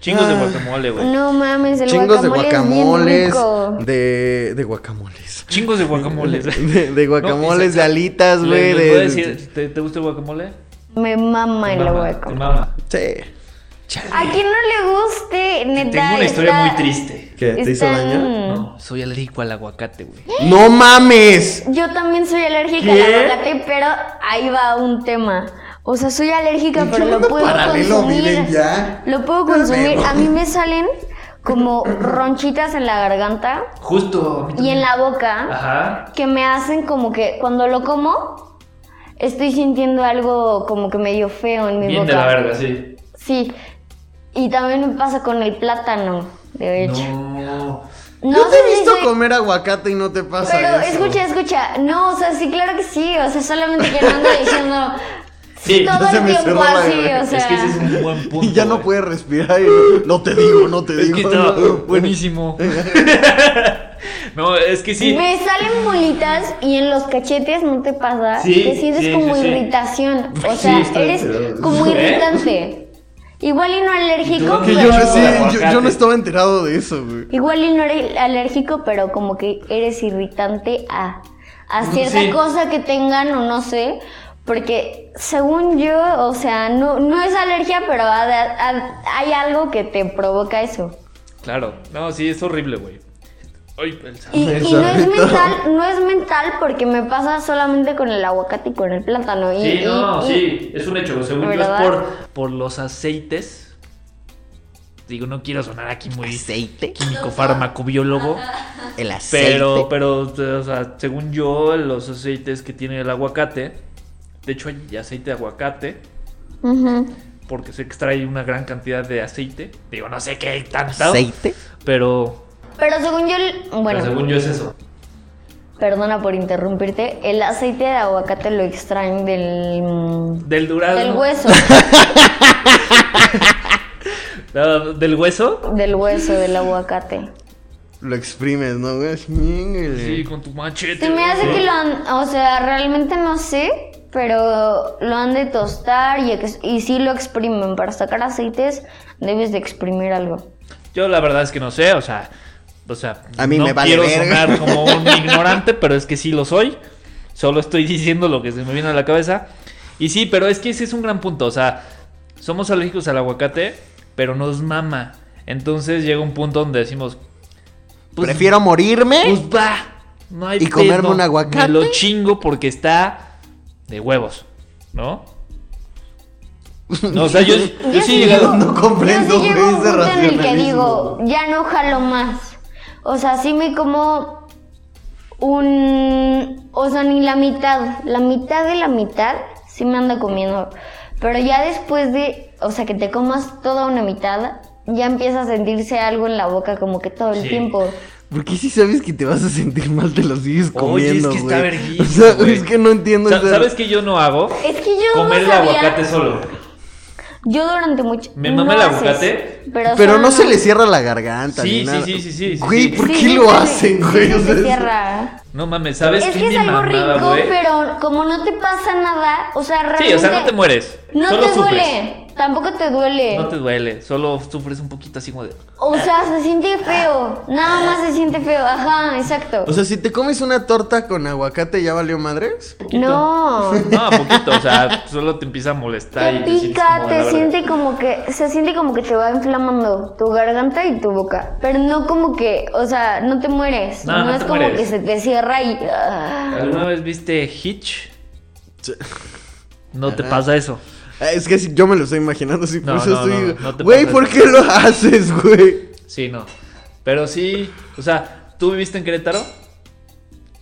chingos de Ah. guacamole, güey. No mames, el Chingos de guacamole es bien guacamoles. rico. De, de guacamoles. Chingos de guacamole. De, de guacamoles, de alitas, güey. ¿Les de- puedo decir, ¿te, te gusta el guacamole? Me mama Te el mama, te guacamole. mama. Sí. A quien no le guste, neta. Tengo una historia está- muy triste. ¿Qué? ¿Te hizo están- daño? No, soy alérgico al aguacate, güey. ¡No mames! Yo también soy alérgica ¿Qué? al aguacate, pero ahí va un tema. O sea, soy alérgica, ¿En qué pero lo mundo puedo paralelo consumir. viven ya? Lo puedo Ya consumir. veo. A mí me salen como ronchitas en la garganta Justo. y en la boca Ajá. que me hacen como que cuando lo como estoy sintiendo algo como que medio feo en mi Bien boca. de la verga, sí. Sí. Y también me pasa con el plátano, de hecho. No. Yo te sé he si visto soy- comer aguacate y no te pasa Pero eso. escucha, escucha. No, o sea, sí, claro que sí. O sea, solamente que no ando diciendo Sí, todo se el me cerró tiempo la así, garganta. o sea. es que ese es un buen punto. Y ya no güey. puedes respirar. y no, no te digo, no te Es digo. que estaba no. buenísimo. no, es que sí. Me salen bolitas y en los cachetes no te pasa. Sí, te sientes sí, como sí, sí. irritación. O Sí, sea, está eres enterado. como ¿Eh? irritante. Igual y no alérgico, Yo- Que pero. yo, Pero- sí, yo, yo Aguacate. no estaba enterado de eso, güey. Igual y no eres alérgico, pero como que eres irritante a, a Mm, cierta sí. cosa que tengan o no sé. Porque según yo, o sea, no, no es alergia, pero ha de- ha- hay algo que te provoca eso. Claro, no, sí, es horrible, güey. Ay, el sabor. Y, y Eso, no es Rito. mental, no es mental porque me pasa solamente con el aguacate y con el plátano. Y, Eh, Sí, no, y- y- sí, es un hecho. Según yo es ¿Verdad? por, por los aceites. Digo, no quiero sonar aquí muy ¿Aceite? químico farmacobiólogo, El aceite. pero, pero, o sea, según yo, los aceites que tiene el aguacate, de hecho hay aceite de aguacate, Ujú. porque se extrae una gran cantidad de aceite. Digo, no sé qué tanto, ¿Aceite? pero, Pero según yo, el- bueno, pero según yo es eso. perdona por interrumpirte, el aceite de aguacate lo extraen del, mm, Del durazno. del hueso. No, del hueso. Del hueso del aguacate. Lo exprimes, ¿no, güey? Sí, Sí, con tu machete. Se me hace que lo han, o sea, realmente no sé, pero lo han de tostar y, ex- y sí lo exprimen. Para sacar aceites debes de exprimir algo. Yo la verdad es que no sé, o sea, o sea, A mí no me vale quiero verga. sonar como un ignorante, pero es que sí lo soy. Solo estoy diciendo lo que se me viene a la cabeza. Y sí, pero es que ese es un gran punto. O sea, somos alérgicos al aguacate, pero nos mama. Entonces llega un punto donde decimos. pues, Prefiero morirme. Pues va. No hay ¿Y comerme pedo, un aguacate? Me lo chingo porque está de huevos, ¿no? No, o sea, yo, yo Yo sí he sí llegado. digo- No comprendo yo sí llego a un ese punto en el que racionalismo. digo, ya no jalo más. O sea, sí me como un... O sea, ni la mitad. La mitad de la mitad sí me ando comiendo. Pero ya después de... O sea, que te comas toda una mitad, ya empieza a sentirse algo en la boca como que todo el Sí. tiempo. ¿Por qué si sabes que te vas a sentir mal te lo sigues Oye, es comiendo, que está güey? O verguísima, sea, güey. es que no entiendo. Sa- esa- ¿Sabes qué yo no hago? Es que yo Comer no el sabía... aguacate solo. Yo durante mucho... Me mama no el haces, aguacate, Pero no solo- se le cierra la garganta Sí, ni sí, nada. sí, sí, sí, sí, Güey, sí. ¿por Sí, qué sí, lo sí, hacen, sí, güey? sí O sea, se es- cierra. No mames, ¿sabes Es qué que es mi algo mamada, rico, güey? pero como no te pasa nada, o sea, realmente... Sí, o sea, no te mueres. No solo te sufres. duele, tampoco te duele. No te duele, solo sufres un poquito así como de. O sea, se siente feo, nada más se siente feo, ajá, exacto. O sea, si te comes una torta con aguacate, ¿ya valió madres? no, No, poquito, o sea, solo te empieza a te molestar y te sientes pica, como de la te verga. siente como que, se siente como que te va inflamando tu garganta y tu boca, pero no como que, o sea, no te mueres, No, no es te como mueres. que se te cierra y... ah. ¿Alguna vez viste Hitch? Sí. No te pasa eso. Ah, Es que si- yo me lo estoy imaginando así, por No, eso no, estoy... no, no te güey, pases. ¿por qué lo haces, güey? Sí, no. Pero sí, o sea, ¿tú viviste en Querétaro?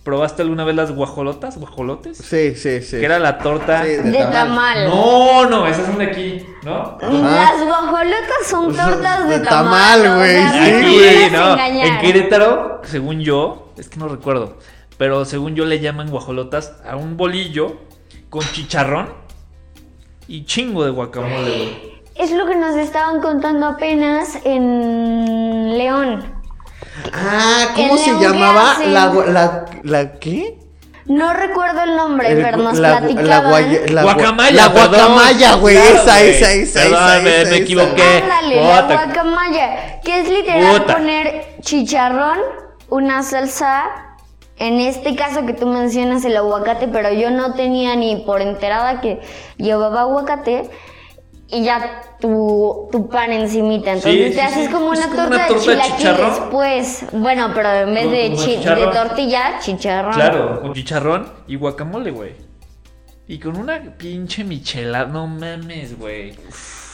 ¿Probaste alguna vez las guajolotas? ¿Guajolotes? Sí, sí, sí. Que era la torta. Sí, de De tamal. tamal. No, no, esas son de aquí, ¿no? Las guajolotas Son son tortas Pues de de, tamal, güey, o sea, sí, no me Aquí, quieras no. engañar. En Querétaro, según yo, es que no recuerdo, pero según yo le llaman guajolotas a un bolillo con chicharrón y chingo de guacamole, güey. Es lo que nos estaban contando apenas en León. Ah, ¿cómo El se león que llamaba? hace- La, gua- la, la, ¿qué? No recuerdo el nombre, El- pero nos ¿eh? la, platicaban. la guaya- la gua- Guacamaya, La perdón. guacamaya, güey. Claro, esa, güey. esa, esa, esa, Perdóname, esa, me esa. equivoqué. Ándale, la Puta. guacamaya, que es literal Puta. poner chicharrón, una salsa, en este caso que tú mencionas el aguacate, pero yo no tenía ni por enterada que llevaba aguacate y ya tu, tu pan encimita. Entonces Sí, te sí, haces sí. como Es una como torta, una torta de de chilaquiles, chicharrón. pues. Bueno, pero en vez Con- de, como chi- de chicharrón. tortilla, chicharrón. Claro, con chicharrón y guacamole, güey. Y con una pinche michelada, no mames, güey.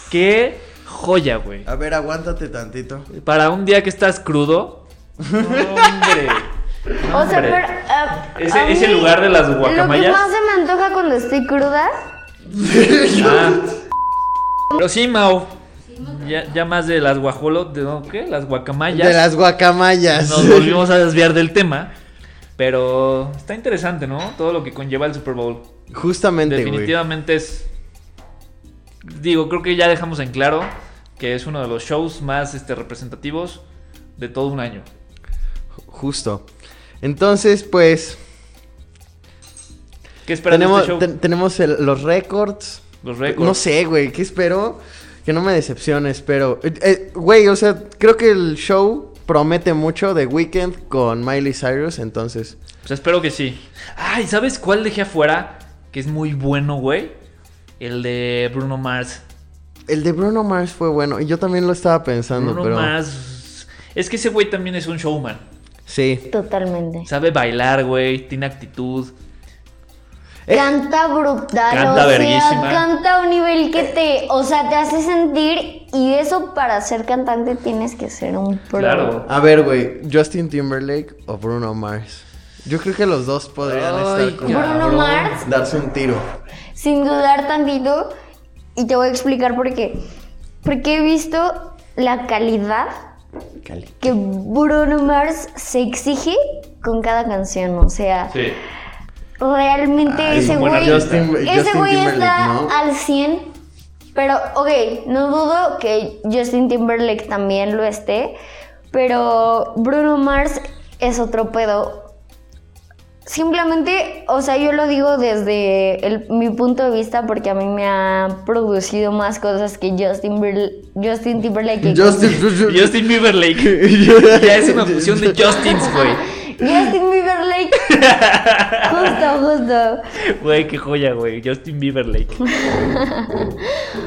Qué joya, güey. A ver, aguántate tantito. Para un día que estás crudo. no, Hombre. O sea, hombre. pero. ah, Ese- a ese lugar de las Lo que guacamayas. más se me antoja cuando estoy cruda Ah. Pero sí, Mau. Ya, ya más de las guajolotas, ¿qué? Las guacamayas. De las guacamayas. Nos volvimos a desviar del tema. Pero está interesante, ¿no? Todo lo que conlleva el Super Bowl. Justamente, güey. Definitivamente es. Digo, creo que ya dejamos en claro que es uno de los shows más este, representativos de todo un año. Justo. Entonces, pues, ¿Qué esperan tenemos, de este show? ten- tenemos el- los récords. Los récords. No sé, güey, ¿qué espero? Que no me decepcione, espero. Eh, eh, Güey, o sea, creo que el show promete mucho de Weekend con Miley Cyrus, entonces. Pues espero que sí. Ay, ¿sabes cuál dejé afuera? Que es muy bueno, güey. El de Bruno Mars. El de Bruno Mars fue bueno, y yo también lo estaba pensando, Ah, pero. Bruno Mars. Es que ese güey también es un showman. Sí. Totalmente. Sabe bailar, güey. Tiene actitud. Eh, canta brutal, Canta o sea, verguísima. Eh. canta a un nivel que te, o sea, te hace sentir y eso para ser cantante tienes que ser un pro. Claro. A ver, güey, Justin Timberlake o Bruno Mars. Yo creo que los dos podrían Ay, estar como. Bruno cabrón. Mars, Darse un tiro. sin dudar tantito, y te voy a explicar por qué. Porque he visto la calidad que Bruno Mars se exige con cada canción, o sea, Sí. Realmente Ay, ese bueno, güey. Justin- ese Justin güey está Timberlake, ¿no? al 100. Pero, ok, no dudo que Justin Timberlake también lo esté. Pero Bruno Mars es otro pedo. Simplemente, o sea, yo lo digo desde el- mi punto de vista porque a mí me ha producido más cosas que Justin, Bril- Justin Timberlake. Justin. Justin Bieber Lake. ya es una fusión de Justins, güey. Justin Bieberlake. Justo, justo. Güey, qué joya, güey. Justin Bieberlake.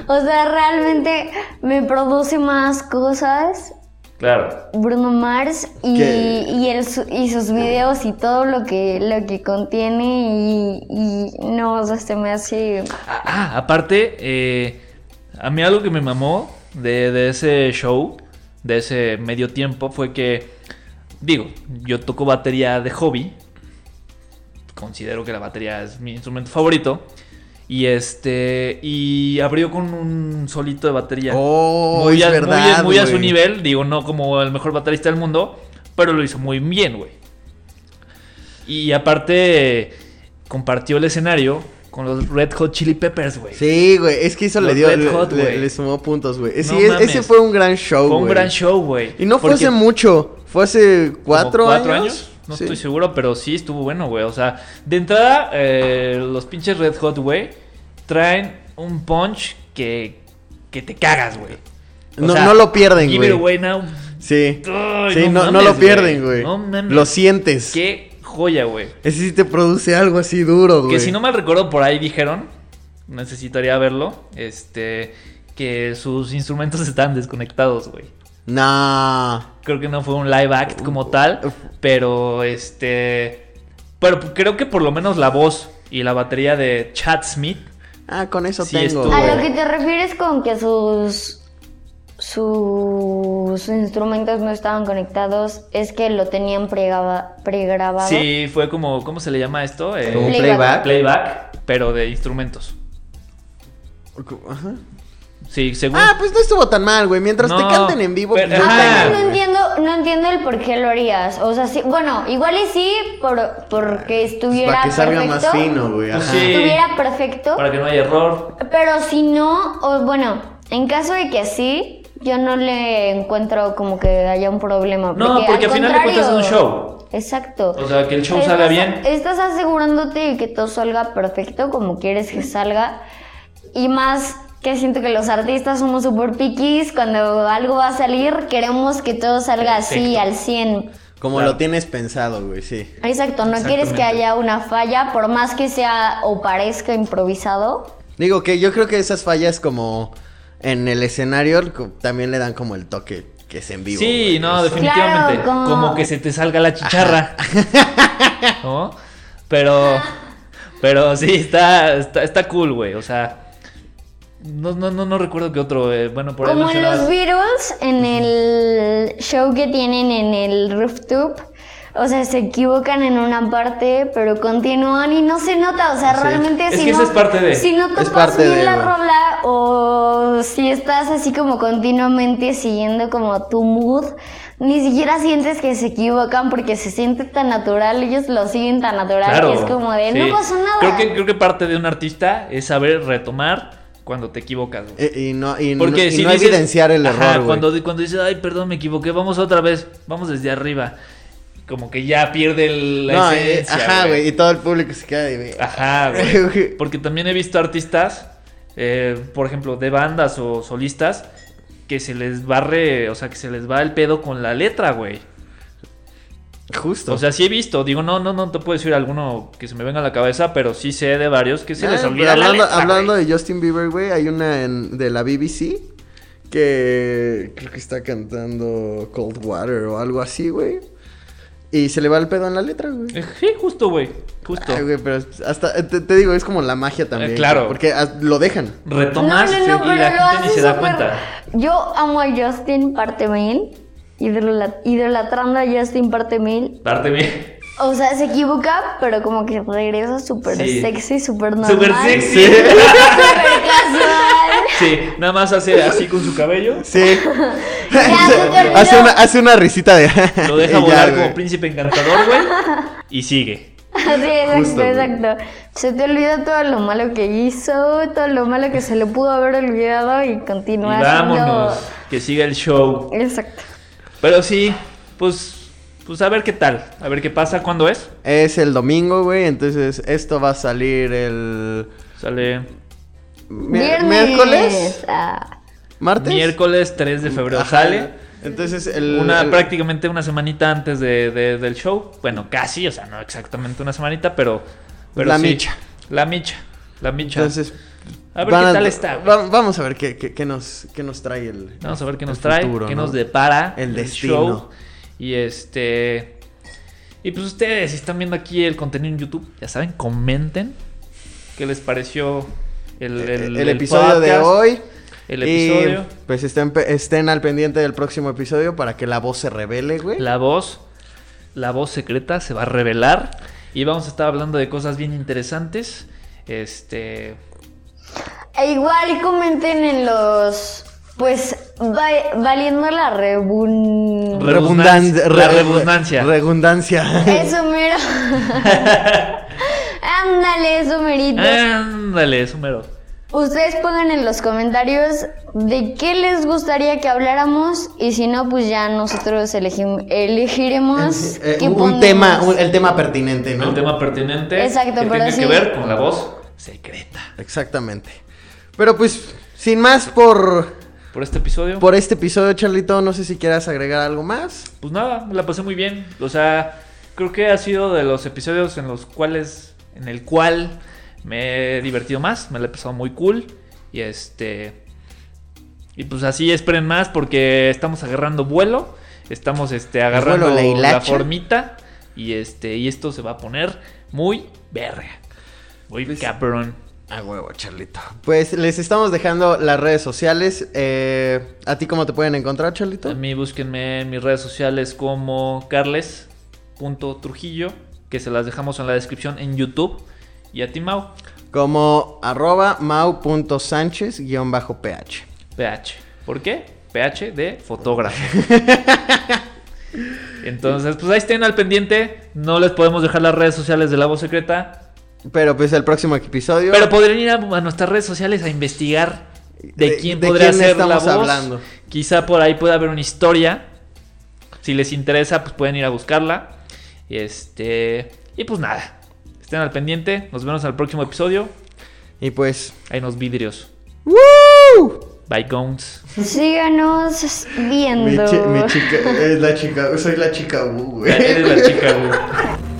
O sea, realmente me produce más cosas Claro. Bruno Mars y, ¿Qué? y, el su- y sus videos y todo lo que, lo que contiene y, y no, o sea, se me hace... Ah, ah, aparte, eh, a mí algo que me mamó de, de ese show, de ese medio tiempo, fue que, digo, yo toco batería de hobby. Considero que la batería es mi instrumento favorito. Y este, y abrió con un solito de batería. Oh, muy, es a, muy verdad, a- muy a su güey. nivel, digo, no como el mejor baterista del mundo, pero lo hizo muy bien, güey. Y aparte, compartió el escenario con los Red Hot Chili Peppers, güey. Sí, güey, es que eso Los le dio, Red le, Hot, le- güey. le sumó puntos, güey. No Sí, es- mames. ese fue un gran show, Fue un güey. gran show, güey. Y no fue Porque hace mucho, fue hace como cuatro, años. No Sí. estoy seguro, pero sí estuvo bueno, güey. O sea, de entrada, eh, los pinches Red Hot, güey, traen un punch que, que te cagas, güey. O No, sea, no lo pierden, Give güey. it away now. Sí, Ay, sí, no, no mames, lo pierden, güey. No mames. lo sientes. Qué joya, güey. Ese sí te produce algo así duro, güey. Que si no mal recuerdo, por ahí dijeron, necesitaría verlo, este, que sus instrumentos están desconectados, güey. Nah. Creo que no fue un live act como tal, pero este, pero creo que por lo menos la voz y la batería de Chad Smith, Ah, con eso Sí tengo. estuvo. A güey. lo que te refieres con que sus, sus instrumentos no estaban conectados es que lo tenían pregaba- pregrabado. sí fue como, ¿cómo se le llama esto? Eh, Como un playback. Playback. playback, pero de instrumentos. Ajá. Sí, según. Ah, pues no estuvo tan mal, güey. Mientras te No, canten en vivo, pero- pues no ajá. está Aparte, mal. Ah, no entiendo, no entiendo el por qué lo harías. O sea, sí, bueno, igual y sí, por, porque Pues estuviera Para que salga más perfecto, fino, güey. ajá. Pues Sí. Estuviera perfecto. Para que no haya error. Pero si no, o bueno, en caso de que así, yo no le encuentro como que haya un problema. No, porque al final de cuentas es un contrario- show. Exacto. O sea, que el show salga bien. Estás asegurándote de que todo salga perfecto como quieres que salga. Y más que siento que los artistas somos súper piquis. Cuando algo va a salir, queremos que todo salga así, Perfecto. al 100. Como Claro. lo tienes pensado, güey, sí. Exacto, no quieres que Exactamente. haya una falla, por más que sea o parezca improvisado. Digo que yo creo que esas fallas como en el escenario co- también le dan como el toque que es en vivo. güey, Sí, no, o sea. definitivamente. Claro, como- Como que se te salga la chicharra. ¿No? Pero. Pero sí, está, está, está cool, güey. O sea. No, no, no, no recuerdo qué otro. eh, bueno, por ahí Como los mencionabas. Beatles en el show que tienen en el rooftop. O sea, se equivocan en una parte, pero continúan y no se nota. O sea, Sí. realmente Es si que no, esa es parte de- si no es topas parte bien de, la güey. rola o si estás así como continuamente siguiendo como tu mood, ni siquiera sientes que se equivocan porque se siente tan natural, ellos lo siguen tan natural Claro. que es como de sí. no pasó nada. Creo que, creo que parte de un artista es saber retomar cuando te equivocas, güey. E- y no, y no- Porque y si no dices- evidenciar el Ajá, error, güey. Cuando, di- cuando dices, ay, perdón, me equivoqué, vamos otra vez, vamos desde arriba. Como que ya pierde el, la No, eh, esencia, ajá, güey, y todo el público se queda de güey. Ajá, güey. Porque también he visto artistas, eh, por ejemplo, de bandas o solistas, que se les barre, o sea, que se les va el pedo con la letra, güey. Justo. O sea, sí he visto, digo, no, no, no te puedo decir alguno que se me venga a la cabeza, pero sí sé de varios que se Ah, les pero olvida hablando, la letra. hablando güey. de Justin Bieber, güey, hay una en- de la BBC que creo que está cantando Cold Water o algo así, güey. Y se le va el pedo en la letra, güey. Eh, Sí, justo, güey. Justo. Ay, güey, pero es- hasta eh, te, te digo, es como la magia también. claro. güey, Porque ah, lo dejan. Retomas no, no, no, y la pero lo gente hace ni se da súper- cuenta. Yo amo a Justin parte mil, idola- idolatrando a Justin parte mil. Parte bien. O sea, se equivoca, pero como que regresa súper Sí. sexy, súper normal. Súper sexy. Súper casual. Sí, nada más hace así con su cabello. Sí. terminó. hace, una, hace una risita de. Lo deja y ya, volar güey. como príncipe encantador, güey. Y sigue. Sí, exacto, Justo, güey. exacto. Se te olvida todo lo malo que hizo, todo lo malo que se le pudo haber olvidado y Y continúa haciendo- vámonos. Que siga el show. Exacto. Pero sí, pues, pues a ver qué tal. A ver qué pasa. ¿Cuándo es? Es el domingo, güey. Entonces, esto va a salir el. Sale mi- ¿Miércoles? Ah. ¿Martes? miércoles 3 de febrero. Ajá. Sale. Entonces, el. Una, el- prácticamente una semanita antes de, de- del show. Bueno, casi, o sea, no exactamente una semanita, pero. pero La sí. micha. La micha. La micha. Entonces. a ver van qué tal está. güey. va- vamos a ver qué, qué- qué nos, qué nos trae el. Vamos a ver qué el nos trae, futuro, qué ¿no? nos depara El destino. Y este. Y pues ustedes, si están viendo aquí el contenido en YouTube, ya saben, comenten qué les pareció el, El, el- Eh, el el episodio de podcast, hoy. El Y, episodio. pues estén, pe- estén al pendiente del próximo episodio para que la voz se revele, güey. La voz, la voz secreta se va a revelar y vamos a estar hablando de cosas bien interesantes. Este, E igual comenten en los. Pues va- valiendo la rebun. Re- Rebundan- la redundancia. Redundancia. Eso mero. Ándale, eso merito. Eh. ándale, eso mero. Ustedes pongan en los comentarios de qué les gustaría que habláramos y si no, pues ya nosotros elegim- elegiremos Eh, qué un ponemos. tema, un- el tema pertinente, ¿no? El tema pertinente Exacto, que pero tiene que sí. ver con la voz secreta. Exactamente. Pero pues, sin más por, Por este episodio, por este episodio, Charlito, no sé si quieras agregar algo más. pues nada, me la pasé muy bien. O sea, creo que ha sido de los episodios en los cuales, en el cual me he divertido más, me la he pasado muy cool y este, Y pues así esperen más porque estamos agarrando vuelo, estamos este agarrando Vuelo la la, hilacha. formita y este y esto se va a poner muy verga. Muy Pues- cabrón. A huevo, Charlito. Pues les estamos dejando las redes sociales. Eh, ¿A ti cómo te pueden encontrar, A Charlito? mí búsquenme en mis redes sociales como carles.trujillo, que se las dejamos en la descripción en YouTube. Y a ti, Mau, Como arroba mau.sánchez-ph. PH. ¿Por qué? PH de fotógrafo. Entonces, pues ahí estén al pendiente. No les podemos dejar las redes sociales de la voz secreta. Pero pues el próximo episodio. Pero pues, podrían ir a, a nuestras redes sociales a investigar de De- quién de podría quién ser la estamos voz. hablando. Quizá por ahí pueda haber una historia. Si les interesa, pues pueden ir a buscarla. Este y pues nada. Estén al pendiente. Nos vemos al próximo episodio. Y pues. Hay unos vidrios. ¡Woo! Bye, Gones. Síganos viendo. Mi, chi- mi chica, es la chica, soy la chica, uh, güey. Eres la chica, güey.